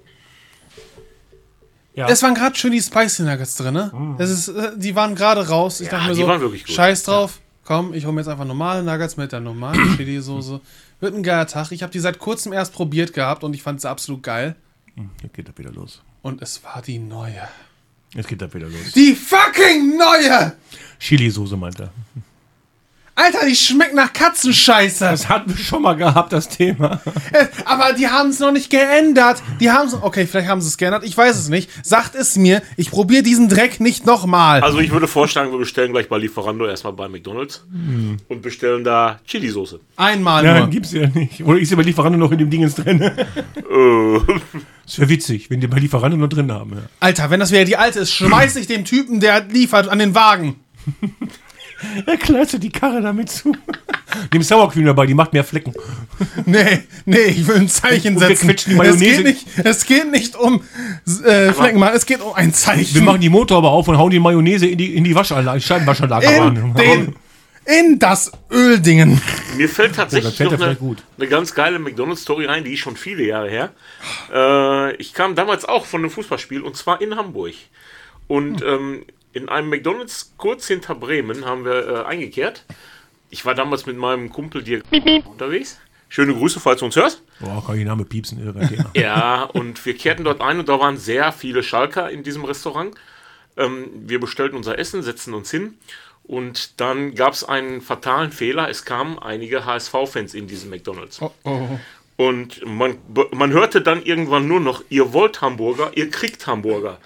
S2: Ja.
S7: Es waren gerade schön die Spicy Nuggets drin, ne? Das ist, äh, die waren gerade raus. Ich dachte mir
S5: Ah. die
S7: so,
S5: waren wirklich gut.
S7: scheiß drauf, komm, ich hole mir jetzt einfach normale Nuggets mit der (clears throat) normalen Chili-Soße. Wird ein geiler Tag. Ich habe die seit kurzem erst probiert gehabt und ich fand sie absolut geil.
S2: Jetzt geht das wieder los.
S7: Und es war die neue.
S2: Jetzt geht das wieder los.
S7: Die fucking neue!
S2: Chili-Soße meint er.
S7: Alter, die schmeckt nach Katzenscheiße.
S2: Das hatten wir schon mal gehabt, das Thema.
S7: Äh, Aber die haben es noch nicht geändert. Die haben es. Okay, vielleicht haben sie es geändert. Ich weiß es nicht. Sagt es mir. Ich probiere diesen Dreck nicht nochmal.
S5: Also ich würde vorschlagen, wir bestellen gleich bei Lieferando erstmal bei McDonalds und bestellen da Chili-Soße.
S7: Einmal
S2: Nein,
S7: nur.
S2: gibt's ja nicht. Oder ist ja bei Lieferando noch in dem Dingens (laughs) drin? Äh. Das wäre witzig, wenn die bei Lieferando noch drin haben. Ja.
S7: Alter, wenn das wieder die alte ist, schmeiß ich dem Typen, der liefert, an den Wagen.
S2: Er knallte die Karre damit (laughs) zu. Nimm Sour Cream dabei, die macht mehr Flecken.
S7: Nee, nee, ich will ein Zeichen
S2: Und wir
S7: setzen.
S2: quetschen die
S7: es,
S2: Mayonnaise.
S7: geht nicht, es geht nicht um äh, Flecken machen, es geht um ein Zeichen.
S2: Wir machen die Motorhaube auf und hauen die Mayonnaise in die, in die Waschanlage, Scheibenwaschanlage
S7: in,
S2: rein.
S7: den, in das Öldingen.
S5: Mir fällt
S2: Oh,
S5: tatsächlich
S2: dann fällt
S5: noch
S2: er
S5: eine,
S2: vielleicht gut.
S5: eine ganz geile McDonalds-Story ein, die ist schon viele Jahre her. Äh, ich kam damals auch von einem Fußballspiel und zwar in Hamburg. Und
S2: Hm.
S5: ähm, in einem McDonalds kurz hinter Bremen haben wir äh, eingekehrt. Ich war damals mit meinem Kumpel Dirk unterwegs. Schöne Grüße, falls du uns hörst.
S2: Boah, kann ich den Namen piepsen, irre Thema.
S5: Ja, und wir kehrten dort ein und da waren sehr viele Schalker in diesem Restaurant. Ähm, wir bestellten unser Essen, setzten uns hin und dann gab es einen fatalen Fehler. Es kamen einige HSV-Fans in diesen McDonalds. Und man, man hörte dann irgendwann nur noch, ihr wollt Hamburger, ihr kriegt Hamburger.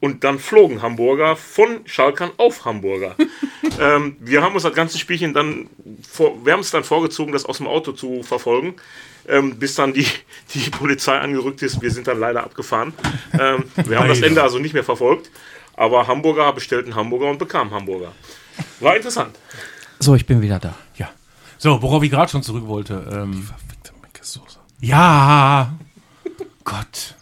S5: Und dann flogen Hamburger von Schalkern auf Hamburger. ähm, wir haben uns das ganze Spielchen dann, vor, wir haben es dann vorgezogen, das aus dem Auto zu verfolgen, ähm, bis dann die, die Polizei angerückt ist. Wir sind dann leider abgefahren. Ähm, wir haben das Ende also nicht mehr verfolgt. Aber Hamburger bestellten Hamburger und bekamen Hamburger. War interessant.
S4: So, ich bin wieder da.
S2: Ja. So, worauf ich gerade schon zurück wollte. Ähm, Die verfickte Ja. Gott.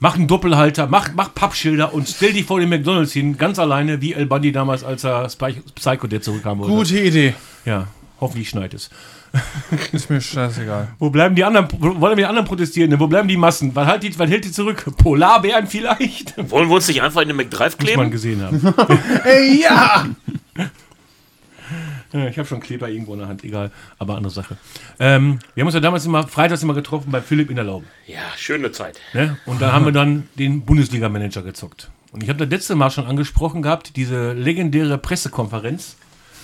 S2: Mach einen Doppelhalter, mach, mach Pappschilder und stell dich vor den McDonalds hin, ganz alleine, wie El Bundy damals, als er Spy Psycho der zurückkam. wollte.
S7: Gute Idee.
S2: Ja, hoffentlich schneit es.
S7: (laughs) Ist mir scheißegal.
S2: Wo bleiben die anderen, wo wollen wir die anderen protestieren? ne? Wo bleiben die Massen? Was, halt die, was hält die zurück? Polarbären vielleicht?
S5: Wollen wir uns nicht einfach in den McDrive
S2: Muss man
S5: kleben?
S2: gesehen haben.
S7: Ey, ja!
S2: (laughs) Ja, ich habe schon Kleber irgendwo in der Hand, egal, aber andere Sache. Ähm, wir haben uns ja damals immer, freitags immer getroffen bei Philipp in der Laube.
S8: Ja, schöne Zeit.
S2: Ne? Und dann haben wir dann den Bundesliga-Manager gezockt. Und ich habe das letzte Mal schon angesprochen gehabt, diese legendäre Pressekonferenz,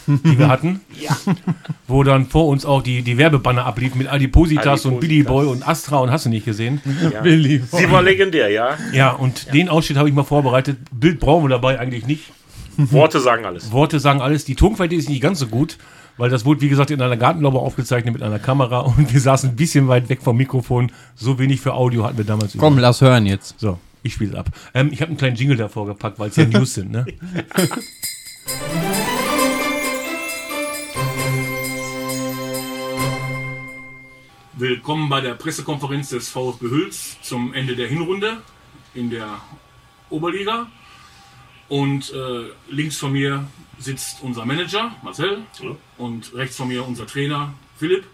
S2: die wir hatten, wo dann vor uns auch die, die Werbebanner abliefen mit Adipositas, und
S8: Adipositas.
S2: Billy Boy und Astra und hast du nicht gesehen.
S8: Sie war legendär, ja.
S2: Ja, und den Ausschnitt habe ich mal vorbereitet. Bild brauchen wir dabei eigentlich nicht.
S8: Worte sagen alles.
S2: Worte sagen alles. Die Tonqualität ist nicht ganz so gut, weil das wurde, wie gesagt, in einer Gartenlaube aufgezeichnet mit einer Kamera (laughs) und wir saßen ein bisschen weit weg vom Mikrofon. So wenig für Audio hatten wir damals.
S4: Komm, lass hören jetzt.
S2: So, ich spiele ab. Ähm, ich habe einen kleinen Jingle davor gepackt, weil es ja News sind, ne? (laughs) Willkommen bei der Pressekonferenz des VfB Hüls zum Ende der Hinrunde in der Oberliga. Und äh, links von mir sitzt unser Manager Marcel und rechts von mir unser Trainer Philipp.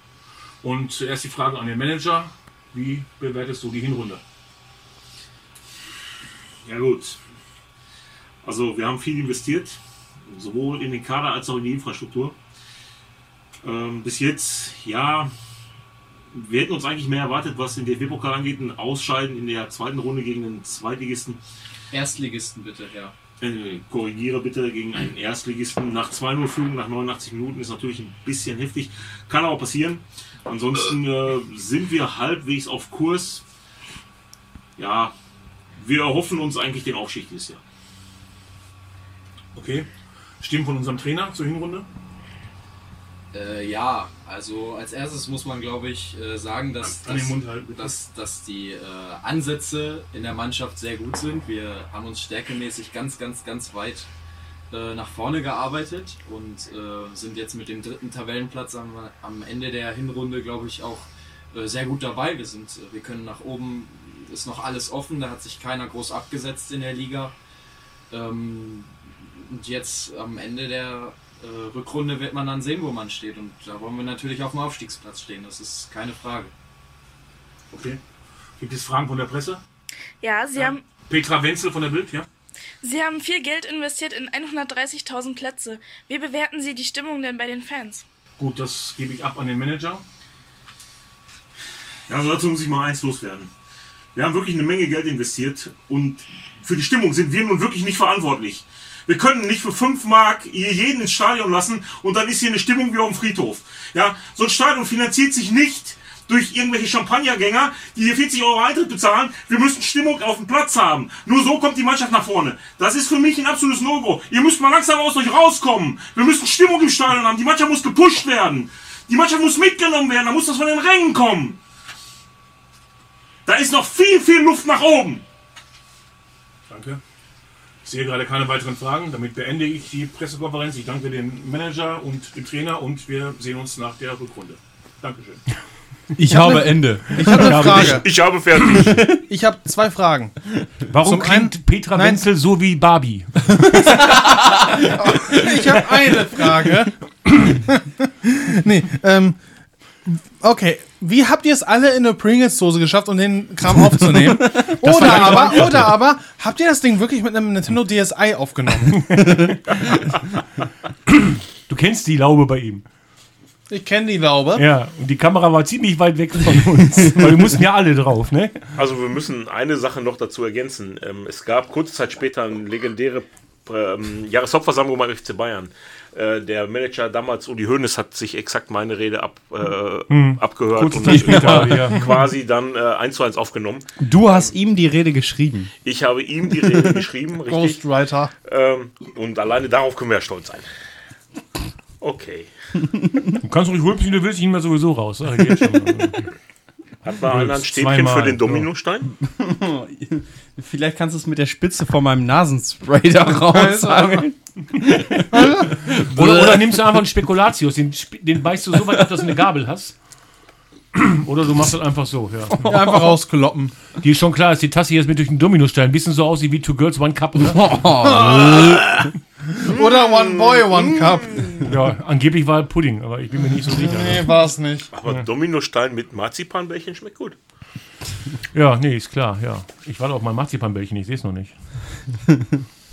S2: Und zuerst die Frage an den Manager, wie bewertest du die Hinrunde?
S5: Ja gut. Also wir haben viel investiert, sowohl in den Kader als auch in die Infrastruktur. Ähm, bis jetzt, ja, wir hätten uns eigentlich mehr erwartet, was den DFB-Pokal angeht, ein Ausscheiden in der zweiten Runde gegen den Zweitligisten.
S4: Erstligisten bitte, ja.
S5: Äh, korrigiere bitte gegen einen Erstligisten. Nach 2-0 Führung, nach 89 Minuten ist natürlich ein bisschen heftig. Kann aber passieren. Ansonsten äh, sind wir halbwegs auf Kurs. Ja, wir erhoffen uns eigentlich den Aufstieg dieses Jahr.
S2: Okay. Stimmen von unserem Trainer zur Hinrunde?
S9: Äh, ja, also als erstes muss man, glaube ich, äh, sagen, dass,
S2: An den
S9: dass,
S2: Mund halten, bitte.
S9: dass, dass die äh, Ansätze in der Mannschaft sehr gut sind. Wir haben uns stärkemäßig ganz, ganz, ganz weit äh, nach vorne gearbeitet und äh, sind jetzt mit dem dritten Tabellenplatz am, am Ende der Hinrunde, glaube ich, auch äh, sehr gut dabei. Wir, sind, äh, wir können nach oben, ist noch alles offen, da hat sich keiner groß abgesetzt in der Liga. Ähm, und jetzt am Ende der äh, Rückrunde wird man dann sehen, wo man steht. Und da wollen wir natürlich auf dem Aufstiegsplatz stehen, das ist keine Frage.
S2: Okay. Gibt es Fragen von der Presse?
S10: Ja, sie, Haben,
S2: Petra Wenzel von der Bild, ja?
S10: sie haben viel Geld investiert in 130.000 Plätze. Wie bewerten Sie die Stimmung denn bei den Fans?
S2: Gut, das gebe ich ab an den Manager.
S5: Ja, also dazu muss ich mal eins loswerden. Wir haben wirklich eine Menge Geld investiert und für die Stimmung sind wir nun wirklich nicht verantwortlich. Wir können nicht für 5 Mark hier jeden ins Stadion lassen und dann ist hier eine Stimmung wie auf dem Friedhof. Ja, so ein Stadion finanziert sich nicht durch irgendwelche Champagnergänger, die hier 40 Euro Eintritt bezahlen. Wir müssen Stimmung auf dem Platz haben. Nur so kommt die Mannschaft nach vorne. Das ist für mich ein absolutes No-Go. Ihr müsst mal langsam aus euch rauskommen. Wir müssen Stimmung im Stadion haben. Die Mannschaft muss gepusht werden. Die Mannschaft muss mitgenommen werden. Da muss das von den Rängen kommen. Da ist noch viel, viel Luft nach oben.
S2: Danke. Ich sehe gerade keine weiteren Fragen. Damit beende ich die Pressekonferenz. Ich danke dem Manager und dem Trainer und wir sehen uns nach der Rückrunde. Dankeschön.
S11: Ich habe Ende.
S7: Ich habe eine Frage.
S8: Ich habe fertig.
S7: Ich habe zwei Fragen.
S2: Warum
S7: Zum
S2: klingt Petra Wenzel so wie Barbie?
S7: Ich habe eine Frage. nee, ähm, okay. Wie habt ihr es alle in eine Pringles-Dose geschafft, um den Kram aufzunehmen? Oder aber, oder aber, habt ihr das Ding wirklich mit einem Nintendo DSi aufgenommen?
S2: Du kennst die Laube bei ihm.
S7: Ich kenne die Laube.
S2: Ja, und die Kamera war ziemlich weit weg von (laughs) uns. weil wir mussten ja alle drauf, ne?
S8: Also wir müssen eine Sache noch dazu ergänzen. Ähm, es gab kurze Zeit später eine legendäre ähm, Jahreshauptversammlung beim FC Bayern. Äh, der Manager damals, Uli Hoeneß, hat sich exakt meine Rede ab, äh, abgehört
S2: Hm. Kurze
S8: und
S2: Zeit
S8: (laughs)
S2: später,
S8: äh,
S2: ja.
S8: quasi dann äh, eins zu eins aufgenommen.
S4: Du hast ihm die Rede geschrieben.
S8: Ich habe ihm die
S4: (laughs)
S8: Rede geschrieben, richtig.
S7: Ghostwriter.
S8: Ähm, und alleine darauf können wir ja stolz sein. Okay.
S2: Du kannst ruhig rülpsen, du willst, ich nehme sowieso raus. Sag ich jetzt schon mal.
S8: Hat man einer ein Stäbchen
S2: zweimal,
S8: für den
S2: so.
S8: Dominostein?
S4: Vielleicht kannst du es mit der Spitze von meinem Nasenspray (laughs) da raussammeln.
S2: (laughs) Oder, oder nimmst du einfach einen Spekulatius, den, sp- den beißt du so weit ab, dass du eine Gabel hast. (clears throat) Oder du machst das einfach so, ja.
S7: Ja, (laughs) einfach rauskloppen.
S2: Die ist schon klar, dass die Tasse jetzt mit durch den Dominostein ein bisschen so aussieht wie Two Girls, One Cup. Oder?
S7: (laughs) Oder One Boy, One Cup.
S2: Ja, angeblich war Pudding, aber ich bin mir nicht so sicher.
S7: Nee, war es nicht.
S8: Aber Dominostein mit Marzipanbällchen schmeckt gut.
S2: Ja, nee, ist klar, ja. Ich warte auf mein Marzipanbällchen, ich sehe es noch nicht.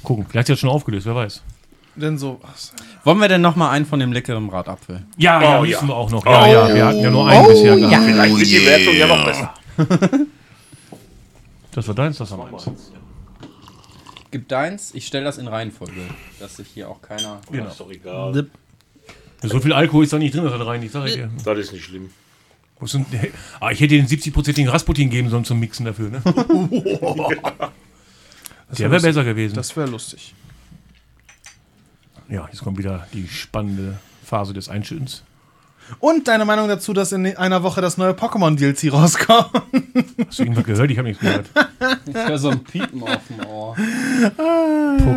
S2: Gucken, vielleicht hat es schon aufgelöst, wer weiß.
S7: Denn so was.
S4: Wollen wir denn nochmal einen von dem leckeren Bratapfel?
S2: Ja, ja,
S5: Oh,
S2: müssen
S5: ja.
S2: wir auch noch. Ja, ja, wir hatten ja nur einen
S4: Oh,
S2: bisher
S4: ja.
S2: gehabt.
S5: Vielleicht wird die Wertung ja noch besser.
S2: Das war deins, das war meins.
S4: Gib deins, ich stelle das in Reihenfolge, dass sich hier auch keiner.
S2: Genau.
S5: Ist doch egal.
S2: So viel Alkohol ist da nicht drin, das hat rein, ich sage dir.
S5: Das ist nicht schlimm.
S2: Wo sind- Ah, ich hätte den 70-prozentigen Rasputin geben sollen zum Mixen dafür, ne? Der wäre besser gewesen.
S3: Das wäre lustig.
S2: ja, jetzt kommt wieder die spannende Phase des Einschüttens.
S3: Und deine Meinung dazu, dass in einer Woche das neue Pokémon-DLC rauskommt?
S4: (laughs)
S2: Hast du irgendwas gehört? Ich habe nichts gehört.
S4: Ich höre so ein Piepen auf dem Ohr.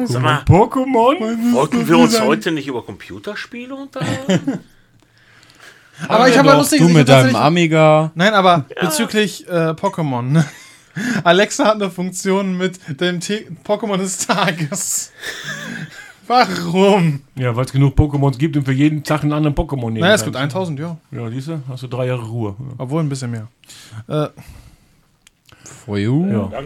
S5: Sag mal,
S2: Pokémon?
S5: wollten wir uns heute nicht über Computerspiele unterhalten? (laughs)
S3: Aber ich habe ja lustig
S4: Du
S3: ich hab
S4: mit deinem
S3: tatsächlich-
S4: Amiga.
S3: Nein, aber bezüglich äh, Pokémon. (laughs) ne? Alexa hat eine Funktion mit dem T Pokémon des Tages. (laughs) Warum?
S2: Ja, weil es genug Pokémons gibt und für jeden Tag einen anderen Pokémon nehmen
S3: Naja, es gibt
S2: kannst.
S3: 1000, ja.
S2: Ja, siehst du? Hast du drei Jahre Ruhe.
S3: Obwohl ein bisschen mehr. Äh,
S4: For you.
S2: Ja.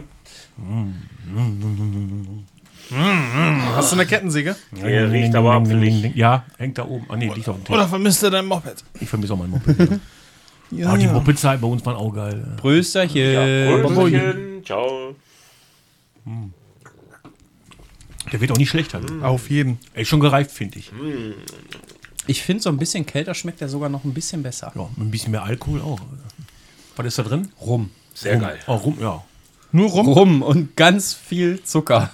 S3: hast du eine Kettensäge?
S5: Der riecht aber apfelig.
S2: Ja, hängt da oben. Ah, nee, liegt auf dem Tisch.
S3: Oder vermisst du dein Moped?
S2: Ich vermisse auch meinen Moped. Ja.
S3: Ja,
S2: Aber die
S3: ja.
S2: Mopedzeit bei uns waren auch geil.
S4: Prösterchen.
S2: Äh,
S5: Brötchen, ciao.
S2: Der wird auch nicht schlechter.
S3: Mhm. Auf jeden.
S2: Er ist schon gereift, finde ich.
S4: Ich finde, so ein bisschen kälter schmeckt er sogar noch ein bisschen besser.
S2: Ja, ein bisschen mehr Alkohol auch. Was ist da drin?
S4: Rum.
S5: Sehr
S2: rum.
S5: geil.
S2: Oh, rum, ja.
S4: Nur rum? Rum und ganz viel Zucker.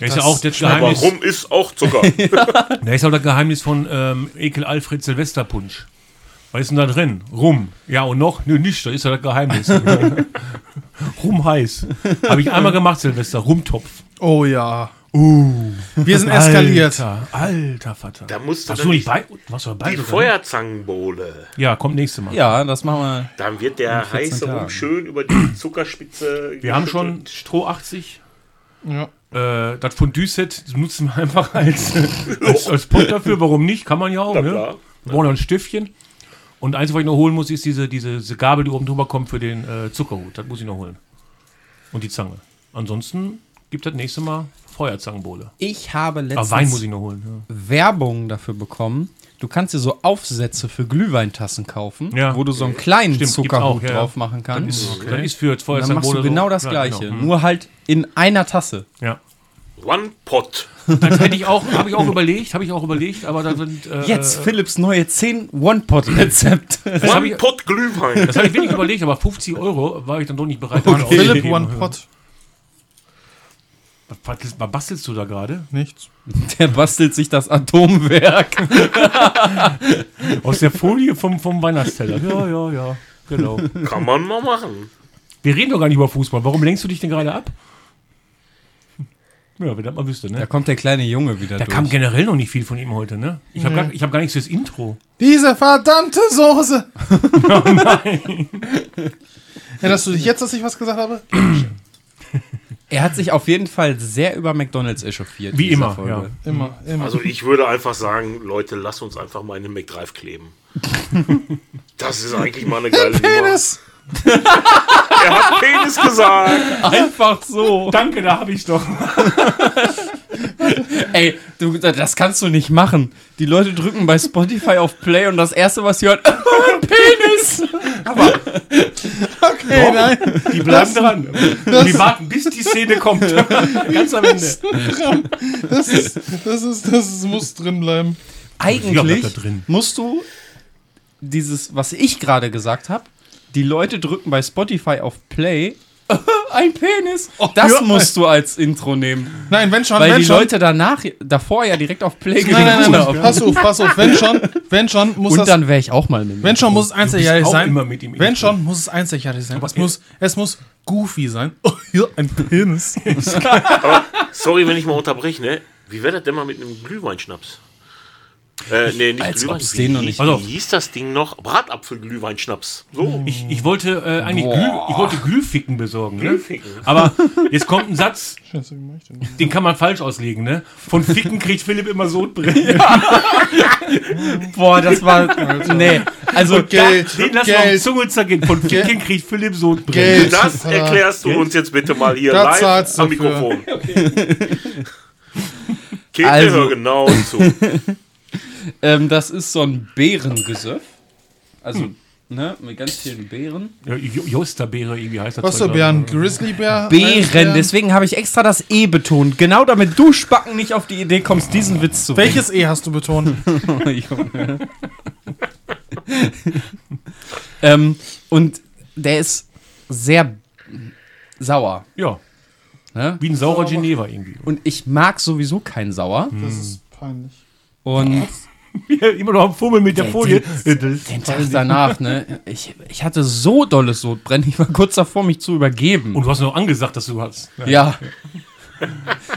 S2: Der ist ja auch das
S5: Aber
S2: Geheimnis,
S5: rum ist
S2: (laughs)
S5: auch Zucker.
S2: der ist auch das Geheimnis von ähm, Ekel Alfred Silvesterpunsch. Was ist denn da drin? Rum. Ja, und noch? Nö, nicht. Das ist ja das Geheimnis. rum heiß. Habe ich einmal gemacht, Silvester. Rumtopf.
S3: Oh ja. Wir sind eskaliert.
S2: Uh. Alter, alter Vater.
S5: Da musst du
S2: Hast
S5: dann
S2: du nicht
S5: nicht
S2: bei? Was war bei?
S5: die Feuerzangenbowle.
S2: Ja, kommt nächste Mal.
S4: Ja, das machen wir.
S5: Dann wird der
S4: 14
S5: heiße Rum
S4: Tagen.
S5: schön
S2: (clears throat)
S5: über die Zuckerspitze.
S2: Wir haben
S5: geschüttelt.
S2: schon Stroh 80.
S3: Ja.
S2: Äh, das Fondue-Set das nutzen wir (laughs) einfach als, als, als Punkt dafür. Warum nicht? Kann man ja auch.
S5: Na
S2: Ne?
S5: klar.
S2: Wir brauchen noch ein Stiftchen. Und eins, was ich noch holen muss, ist diese, diese, diese Gabel, die oben drüber kommt für den äh, Zuckerhut. Das muss ich noch holen. Und die Zange. Ansonsten gibt das nächste Mal Feuerzangenbowle.
S4: Ich habe
S2: Aber Wein muss
S4: letztens
S2: ich noch holen.
S4: Werbung dafür bekommen. Du kannst dir so Aufsätze für Glühweintassen kaufen,
S2: Ja.
S4: wo du so einen kleinen
S2: Stimmt, gibt's auch,
S4: Zuckerhut
S2: ja, ja.
S4: drauf machen
S2: Ja. Das,
S4: kannst.
S2: ist, das ist für
S4: Und dann machst
S2: Feuerzangenbowle.
S4: du genau
S2: so-
S4: das
S2: ja,
S4: gleiche,
S2: genau.
S4: nur halt in einer Tasse.
S2: Ja.
S5: One Pot.
S2: Das hätte ich auch, habe ich auch überlegt, habe ich auch überlegt, aber da sind. Äh,
S4: Jetzt Philips neue 10 One-Pot-Rezepte.
S2: das habe
S5: One
S2: ich,
S5: Pot Glühwein.
S2: das hab ich wenig überlegt, aber 50 Euro war ich dann doch nicht bereit. gerade
S3: Philipp
S2: auszugeben.
S3: One Pot.
S2: Was bastelst- Was bastelst du da gerade?
S3: Nichts.
S4: (laughs) Der bastelt sich das Atomwerk.
S2: Aus der Folie vom, vom Weihnachtsteller. Ja, ja, ja. Genau.
S5: Kann man mal machen.
S2: Wir reden doch gar nicht über Fußball. Warum lenkst du dich denn gerade ab? Ja, wenn das mal wüsste,
S4: Da
S2: ne?
S4: kommt der kleine Junge wieder
S2: Da
S4: durch.
S2: kam generell noch nicht viel von ihm heute, ne? Ich habe gar, ich hab gar nichts fürs Intro.
S3: Diese verdammte
S2: (laughs)
S3: Soße! oh nein! Erinnerst du dich jetzt, dass ich was gesagt habe?
S4: Er hat sich auf jeden Fall sehr über McDonalds echauffiert. in
S2: Wie
S4: dieser
S2: immer,
S4: Folge.
S2: ja.
S3: Immer, immer.
S5: Also ich würde einfach sagen, Leute, lasst uns einfach mal einen
S2: (laughs)
S5: McDrive kleben. Das ist eigentlich mal eine geile Nummer.
S3: Penis!
S5: Er hat Penis gesagt.
S4: Einfach so.
S2: Danke, da habe ich doch.
S4: Ey, du, das kannst du nicht machen. Die Leute drücken bei Spotify auf Play und das erste, was sie hören, (laughs) Penis.
S3: Okay, nein.
S2: Die bleiben dran. Die warten, bis die Szene kommt.
S4: (laughs)
S2: Ganz am Ende.
S3: Das ist, das ist, das ist, muss drin bleiben.
S2: Ja, bleibt da
S4: Eigentlich
S2: drin.
S4: musst du dieses, was ich gerade gesagt habe, die Leute drücken bei Spotify auf Play (laughs) ein Penis.
S2: Oh,
S4: Das
S3: ja.
S4: musst du als Intro nehmen,
S3: Nein, wenn schon,
S4: weil
S3: wenn
S4: die
S3: schon.
S4: Leute danach, davor ja direkt auf Play
S3: nein,
S4: gedrückt
S3: nein, nein, nein.
S4: haben.
S3: Pass auf, pass auf. Wenn schon, wenn schon, muss
S4: Und
S3: das.
S4: dann wäre ich auch mal mit.
S3: wenn schon, muss es einzigartig
S2: auch
S3: sein.
S2: immer mit ihm
S3: wenn
S2: irritiert.
S3: schon, muss es einzigartig sein.
S2: Aber
S3: Es muss, es muss goofy sein. Oh, hier, ein Penis.
S5: Sorry, wenn ich mal unterbreche, ne? Wie wäre das denn mal mit einem Glühweinschnaps? Äh, nee, nicht
S4: Als
S5: Glühwein.
S4: ob's den noch nicht
S5: wie,
S2: Pass auf.
S5: wie hieß das Ding noch? Bratapfel-Glühweinschnaps. So.
S4: Hm.
S2: Ich, ich wollte äh, eigentlich Glüh, ich wollte Glühficken besorgen. Ne? Aber jetzt kommt ein Satz, den kann man falsch auslegen. Ne? Von Ficken kriegt Philipp immer Sodbrennen.
S4: Boah, das war. (laughs) nee. Also,
S3: Geld,
S2: Den lassen wir auf die Zunge zergehen. Von Ficken kriegt Philipp Sodbrennen.
S3: Geld.
S5: Das erklärst du uns jetzt bitte mal hier
S3: Da
S5: live
S3: zahlst du
S5: am
S3: für.
S4: (laughs)
S5: Mikrofon. Käthe,
S4: Also- (laughs)
S5: hör genau zu.
S4: Ähm, das ist so ein Beerengesöff. Also, ne, mit ganz vielen Beeren.
S2: Ja, Jo- Josterbeere, irgendwie heißt das.
S7: Was für
S2: Zeug da.
S7: Bären? Grizzlybär?
S4: Beeren,
S7: Eisbär?
S4: deswegen habe ich extra das E betont. Genau damit du Spacken nicht auf die Idee kommst, diesen Witz zu
S7: Welches E hast du betont?
S4: bringen. Junge. ähm, und der ist sehr sauer.
S2: Ja.
S4: Ne?
S2: Wie ein saurer Geneva irgendwie. (laughs)
S4: Und ich mag sowieso keinen Sauer.
S7: Das ist peinlich.
S4: Und
S2: Immer noch am Fummeln mit der Folie.
S4: den Tag danach, ne? Ich, ich hatte so dolles Sodbrennen, ich war kurz davor, mich zu übergeben.
S2: Und du hast noch angesagt, dass du hast.
S4: ja.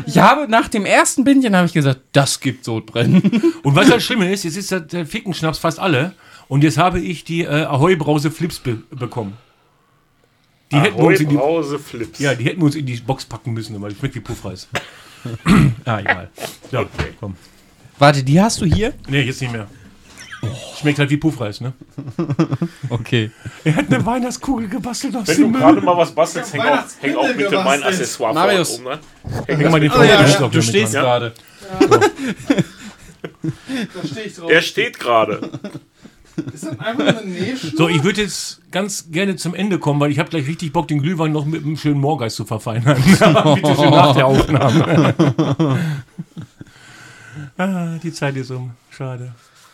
S4: Ich habe nach dem ersten Bindchen habe ich gesagt, das gibt Sodbrennen.
S2: Und was das Schlimme ist, jetzt ist der, der Fickenschnaps fast alle. Und jetzt habe ich die äh, Ahoi Brause Flips be bekommen. Die hätten, wir uns in die,
S5: Brause Flips.
S2: ja, die hätten wir uns in die Box packen müssen, weil ich schmeckt wie Puffreis. ah, egal. Ja, komm.
S4: Warte, die hast du hier?
S2: Nee, jetzt nicht mehr. Schmeckt halt wie Puffreis, ne?
S4: (laughs) Okay.
S2: Er hat eine Weihnachtskugel gebastelt aus
S5: Wenn du gerade mal was bastelst, häng auch, häng auch bitte mein Accessoire
S4: Marius.
S5: vor. Ne?
S2: Häng mal den
S4: ja,
S2: Folie
S4: du,
S2: drauf, damit
S4: stehst
S2: dran.
S4: gerade.
S5: Der steht gerade.
S4: (laughs)
S2: So, ich würde jetzt ganz gerne zum Ende kommen, weil ich habe gleich richtig Bock, den Glühwein noch mit einem schönen Moorgeist
S4: (laughs)
S2: zu verfeinern. (laughs) Aber Bitte schön nach der Aufnahme. ah, die Zeit ist um. Schade.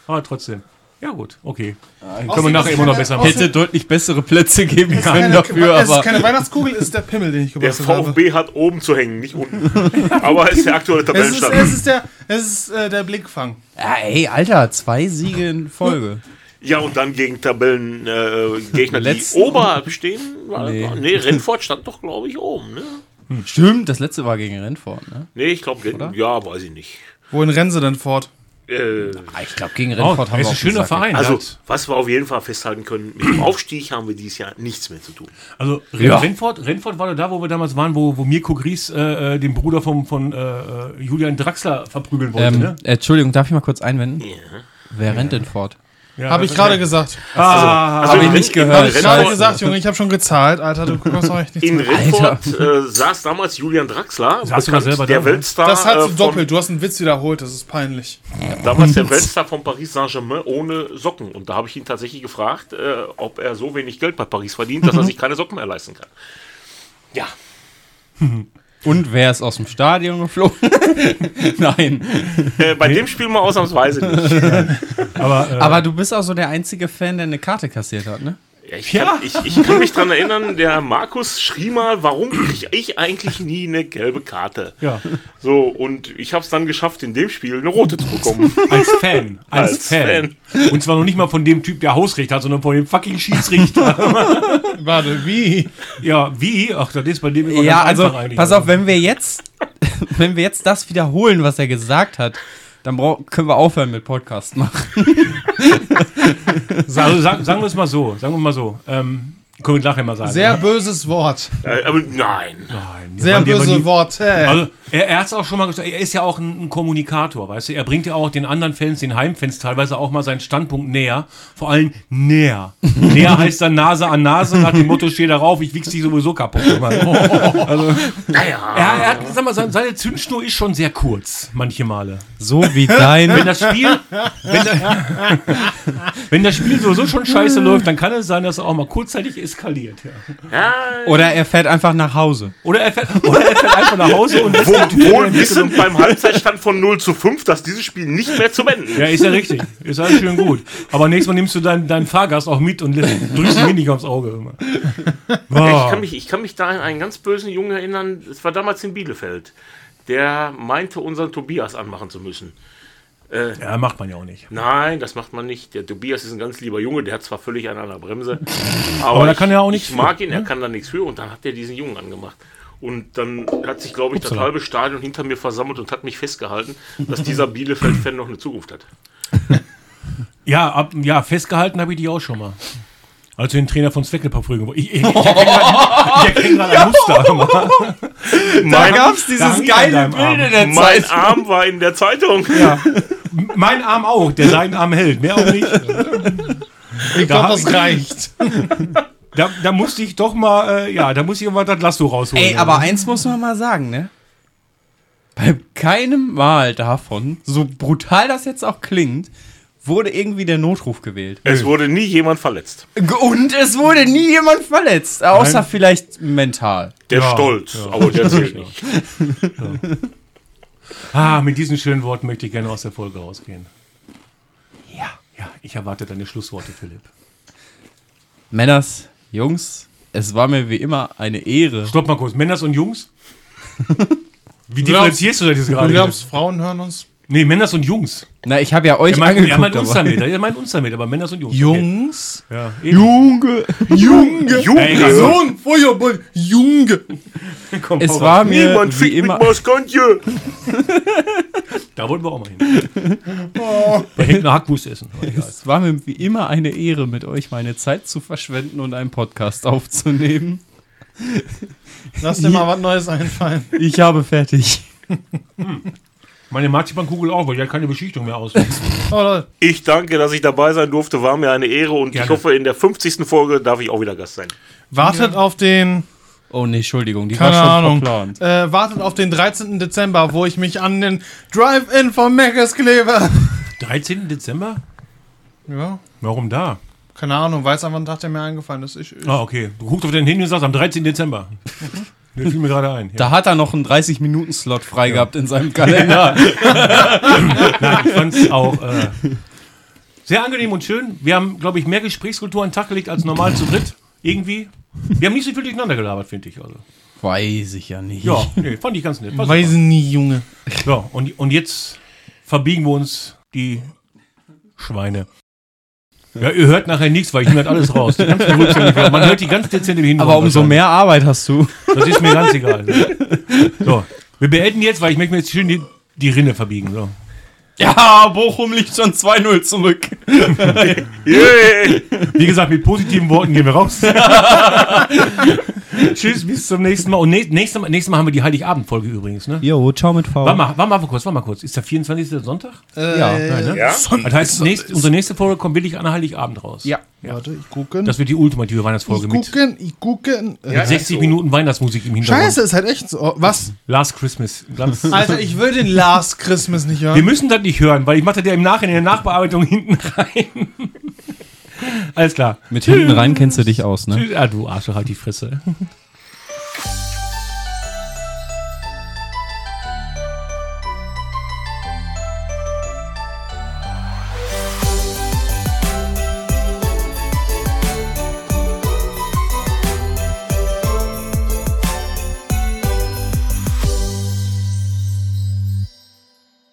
S2: Aber trotzdem. Ja gut, okay.
S4: Ah,
S2: Können wir nachher immer noch besser machen.
S4: (laughs) Hätte deutlich bessere Plätze geben können
S7: Keine-
S4: dafür,
S7: es ist
S4: aber
S7: keine Weihnachtskugel, es ist der Pimmel, den ich
S5: Der
S7: gebastelt habe.
S5: VfB hat oben zu hängen, nicht unten. Aber ist
S4: (laughs)
S5: der aktuelle
S7: Es ist,
S5: Tabellenstand.
S7: es ist, der, es ist äh, der Blickfang.
S4: ja, ey, Alter, zwei Siege in Folge.
S5: Ja, und dann gegen Tabellengegner, äh, Gegner, die
S4: Letzten.
S5: oberhalb stehen. war-
S4: Nee.
S5: Nee, Rennfort stand doch, glaube ich, oben. Ne,
S4: Stimmt, das letzte war gegen Rennfort, ne?
S5: nee ich glaube, ja, weiß ich nicht.
S7: Wohin rennen sie denn fort?
S5: Äh,
S4: Ah, ich glaube, gegen
S2: Oh,
S4: Rennfort haben wir
S2: es ist ein
S4: auch
S2: schöner
S4: gesagt.
S2: Verein.
S5: also,
S2: das.
S5: was wir auf jeden Fall festhalten können, mit dem Aufstieg haben wir dieses Jahr nichts mehr zu tun.
S2: also
S4: Ja.
S2: Rennford, Rennford war doch da, wo wir damals waren, wo, wo Mirko Gries äh, äh, den Bruder vom, von äh, äh, Julian Draxler verprügeln wollte.
S4: Ähm,
S2: ne?
S4: äh, Entschuldigung, darf ich mal kurz einwenden?
S5: Ja.
S4: Wer rennt denn fort?
S2: Ja,
S7: Habe ich
S2: das-
S7: gerade gesagt.
S2: Ah,
S5: Also,
S4: hab ich
S5: in
S4: nicht
S5: Renn- in
S4: gehört.
S7: Ich habe
S5: Rennfort-
S7: gesagt, Junge, ich habe schon gezahlt, Alter, du kommst auch echt nicht.
S5: In
S7: zu-
S5: Rennfort äh, saß damals Julian Draxler,
S2: Saß sogar selber
S5: der
S2: da, ne?
S5: Weltstar,
S7: Das
S5: äh,
S7: hast du
S5: von,
S7: doppelt, du hast einen Witz wiederholt, das ist peinlich.
S5: damals
S7: (laughs)
S5: der Weltstar von Paris Saint-Germain ohne Socken. Und da habe ich ihn tatsächlich gefragt, äh, ob er so wenig Geld bei Paris verdient, dass er
S7: (laughs)
S5: sich keine Socken mehr leisten kann. Ja,
S4: Und wer ist aus dem Stadion geflogen? (laughs) Nein.
S5: äh, bei dem Spiel mal ausnahmsweise
S7: (laughs)
S5: nicht.
S2: Aber, äh,
S4: Aber du bist auch so der einzige Fan, der eine Karte kassiert hat, ne?
S5: Ja, ich, kann, ich, ich kann mich dran erinnern, der Markus schrie mal, warum kriege ich eigentlich nie eine gelbe Karte?
S2: ja,
S5: So, und ich habe es dann geschafft, in dem Spiel eine rote zu bekommen.
S2: als
S4: (laughs)
S2: Fan. Als,
S5: Als
S2: Fan. Und zwar noch nicht mal von dem Typ, der Hausrichter hat, sondern von dem
S4: (laughs)
S2: fucking Schiedsrichter.
S7: Warte, wie?
S2: ja, wie? Ach, das ist bei dem immer
S4: Ja,
S2: ganz
S4: also,
S2: einfach eigentlich.
S4: pass auf, wenn wir jetzt, (laughs) wenn wir jetzt das wiederholen, was er gesagt hat, dann brau- können wir aufhören mit Podcast machen.
S2: Also sagen, sagen wir es mal so, sagen wir mal so. Ähm, können wir nachher mal sagen.
S7: Sehr böses Wort.
S5: äh, aber
S2: Nein,
S5: nein.
S7: Sehr
S2: wir waren
S7: böse
S2: die-
S7: Worte.
S2: Also, er, er hat es auch schon mal gesagt, er ist ja auch ein, ein Kommunikator, weißt du? Er bringt ja auch den anderen Fans, den Heimfans teilweise auch mal seinen Standpunkt näher. Vor allem näher. (laughs) näher heißt dann Nase an Nase, nach dem Motto, steh da rauf, ich wichs dich sowieso kaputt. (laughs) Also,
S5: Naja.
S2: er, er hat, sag mal, seine, seine Zündschnur ist schon sehr kurz, manche Male.
S4: So wie (laughs)
S2: Wenn
S4: dein.
S2: das Spiel, wenn, da, (laughs) wenn das Spiel sowieso schon (laughs) scheiße läuft, dann kann es sein, dass er auch mal kurzzeitig eskaliert. (laughs) Ja.
S5: Ja,
S4: Oder er fährt einfach nach Hause.
S2: Oder, er fährt, oder er fährt einfach nach Hause und lässt den Typen
S5: wohl wissend beim Halbzeitstand von 0 zu 5, dass dieses Spiel nicht mehr zu beenden
S2: Ja,
S5: ist.
S2: ist ja richtig. Ist alles schön gut. Aber nächstes Mal nimmst du deinen, deinen Fahrgast auch mit und lässt- drückst ihn mir nicht aufs Auge. Immer.
S5: Ich, kann mich, ich kann mich da an einen ganz bösen Jungen erinnern, es war damals in Bielefeld. Der meinte, unseren Tobias anmachen zu müssen.
S2: Ja, macht man ja auch nicht.
S5: Nein, das macht man nicht. Der Tobias ist ein ganz lieber Junge, der hat zwar völlig an
S2: (laughs)
S5: einer Bremse, aber,
S2: da kann
S5: ich,
S2: er auch nichts ne?
S5: ich mag ihn, er kann da nichts für und dann hat er diesen Jungen angemacht. Und dann hat sich, glaube ich, das halbe Stadion hinter mir versammelt und hat mich festgehalten,
S2: (laughs)
S5: dass dieser Bielefeld-Fan noch eine Zukunft hat.
S2: Ja, ab, ja festgehalten habe ich die auch schon mal. Als wir den Trainer von Zweckelpaar prügeln wollten. Ich, ich, ich erkenne gerade- ich erkenne gerade ein Muster. Mann.
S5: Mein,
S4: gab's dieses
S2: hing an deinem Arm.
S4: der
S5: mein Arm war in der Zeitung.
S2: Mein Arm auch, der seinen Arm hält. Mehr auch nicht.
S7: Ich
S2: da
S7: glaube,
S2: hab
S7: das
S2: ich-
S7: reicht.
S2: Da, da musste ich doch mal, äh, ja, da musste ich irgendwann das Lasso rausholen.
S4: Ey, aber eins muss man mal sagen, ne? Bei keinem Mal davon, so brutal das jetzt auch klingt, wurde irgendwie der Notruf gewählt.
S5: Es wurde nie jemand verletzt.
S4: Und es wurde nie jemand verletzt, außer vielleicht mental.
S5: Der Stolz, aber der zählt nicht.
S2: Ah, mit diesen schönen Worten möchte ich gerne aus der Folge rausgehen. Ja, ja, ich erwarte deine Schlussworte, Philipp.
S4: Männers, Jungs, es war mir wie immer eine Ehre.
S2: Stopp mal kurz. Männers und Jungs? Wie differenzierst du das jetzt
S7: Du
S2: gerade?
S7: glaubst, Frauen hören uns?
S2: Nee, Männers und Jungs.
S4: Na, ich habe ja euch
S2: Er meint, er meint
S4: angeguckt.
S2: uns
S4: aber-
S2: damit. Er meint uns damit, aber Männers und Jungs.
S4: Jungs,
S2: Okay. Ja, eben.
S4: Junge, Junge,
S2: Ey, egal.
S7: Sohn, Feuerball, Junge.
S2: Komm,
S4: Es
S2: hau
S4: war
S2: rein.
S4: mir
S5: Niemand
S4: wie
S5: fickt mit
S4: immer
S5: Maskontje.
S2: Da wollten wir auch mal hin. Da hängt eine Hackboost essen. Aber egal.
S4: Es war mir wie immer eine Ehre, mit euch meine Zeit zu verschwenden und einen Podcast aufzunehmen.
S7: Lass dir mal was Neues einfallen.
S4: Ich habe fertig.
S2: Meine Marzipankugel auch, weil die hat keine Beschichtung mehr aus.
S7: Oh, lol.
S5: Ich danke, dass ich dabei sein durfte. War mir eine Ehre und ich
S2: Gerne.
S5: hoffe, in der 50. Folge darf ich auch wieder Gast sein.
S7: wartet auf den,
S4: Oh nee, Entschuldigung, die
S7: keine
S4: war schon
S7: Ahnung,
S4: verplant.
S7: äh, wartet auf den 13. Dezember, wo ich mich an den Drive-In von Meckes klebe. (laughs)
S2: 13. Dezember?
S7: Ja,
S2: Warum da?
S7: keine Ahnung, weiß einfach ein Tag, der mir eingefallen ist. Ich, ich,
S2: Ah, okay. Du guckst auf deinen Handy und sagst am 13. Dezember. Der fiel mir gerade ein. Ja.
S4: Da hat er noch einen 30-Minuten-Slot frei gehabt in seinem Kalender.
S2: (laughs) Ich fand es auch äh, sehr angenehm und schön. Wir haben, glaube ich, mehr Gesprächskultur an den Tag gelegt als normal zu dritt. Irgendwie. Wir haben nicht so viel durcheinander gelabert, finde ich. Also.
S4: (laughs) Weiß ich ja nicht.
S2: Ja, nee, fand ich ganz nett. War
S7: weiß nie, Junge.
S2: super. ja, und, und jetzt verbiegen wir uns die Schweine. Ja, ihr hört nachher nichts, weil ich nehme halt alles raus. Die ganzen Rückstände, man hört die ganz dezent im Hintergrund.
S4: Aber umso
S2: wahrscheinlich.
S4: mehr Arbeit hast du.
S2: Das ist mir ganz egal. ne? So, wir beenden jetzt, weil ich möchte mir jetzt schön die, die Rinne verbiegen. So.
S4: Ja, Ah, Bochum liegt schon 2-0 zurück.
S5: Yeah.
S2: Wie gesagt, mit positiven Worten gehen wir raus. (laughs) Tschüss, bis zum nächsten Mal. Und nä- nächstes Mal, nächstes Mal haben wir die Heiligabend-Folge übrigens, ne?
S4: Jo, ciao mit V.
S2: Warte mal, warte mal kurz, warte mal kurz. Ist der 24. Sonntag?
S7: Äh,
S4: Ja,
S2: Nein, ne?
S5: Ja?
S2: Das heißt, nächst, unsere nächste Folge kommt wirklich an Heiligabend raus.
S4: Ja.
S7: Warte, ich gucken.
S2: Das wird die ultimative Weihnachtsfolge
S7: ich
S2: mit, mit
S7: gucken, ich gucken. Äh,
S2: 60 Minuten Weihnachtsmusik im Hintergrund.
S7: Scheiße, ist halt echt so. Oh, Was?
S2: Last Christmas. Ganz
S7: Alter, ich will den Last Christmas nicht
S2: Wir
S7: hören.
S2: müssen das nicht hören, weil ich mache das ja im Nachhinein in der Nachbearbeitung hinten rein. (laughs) Alles klar.
S4: Mit hinten rein kennst du dich aus, ne?
S2: Tschüss. Ah, du Arschloch, halt die Fresse.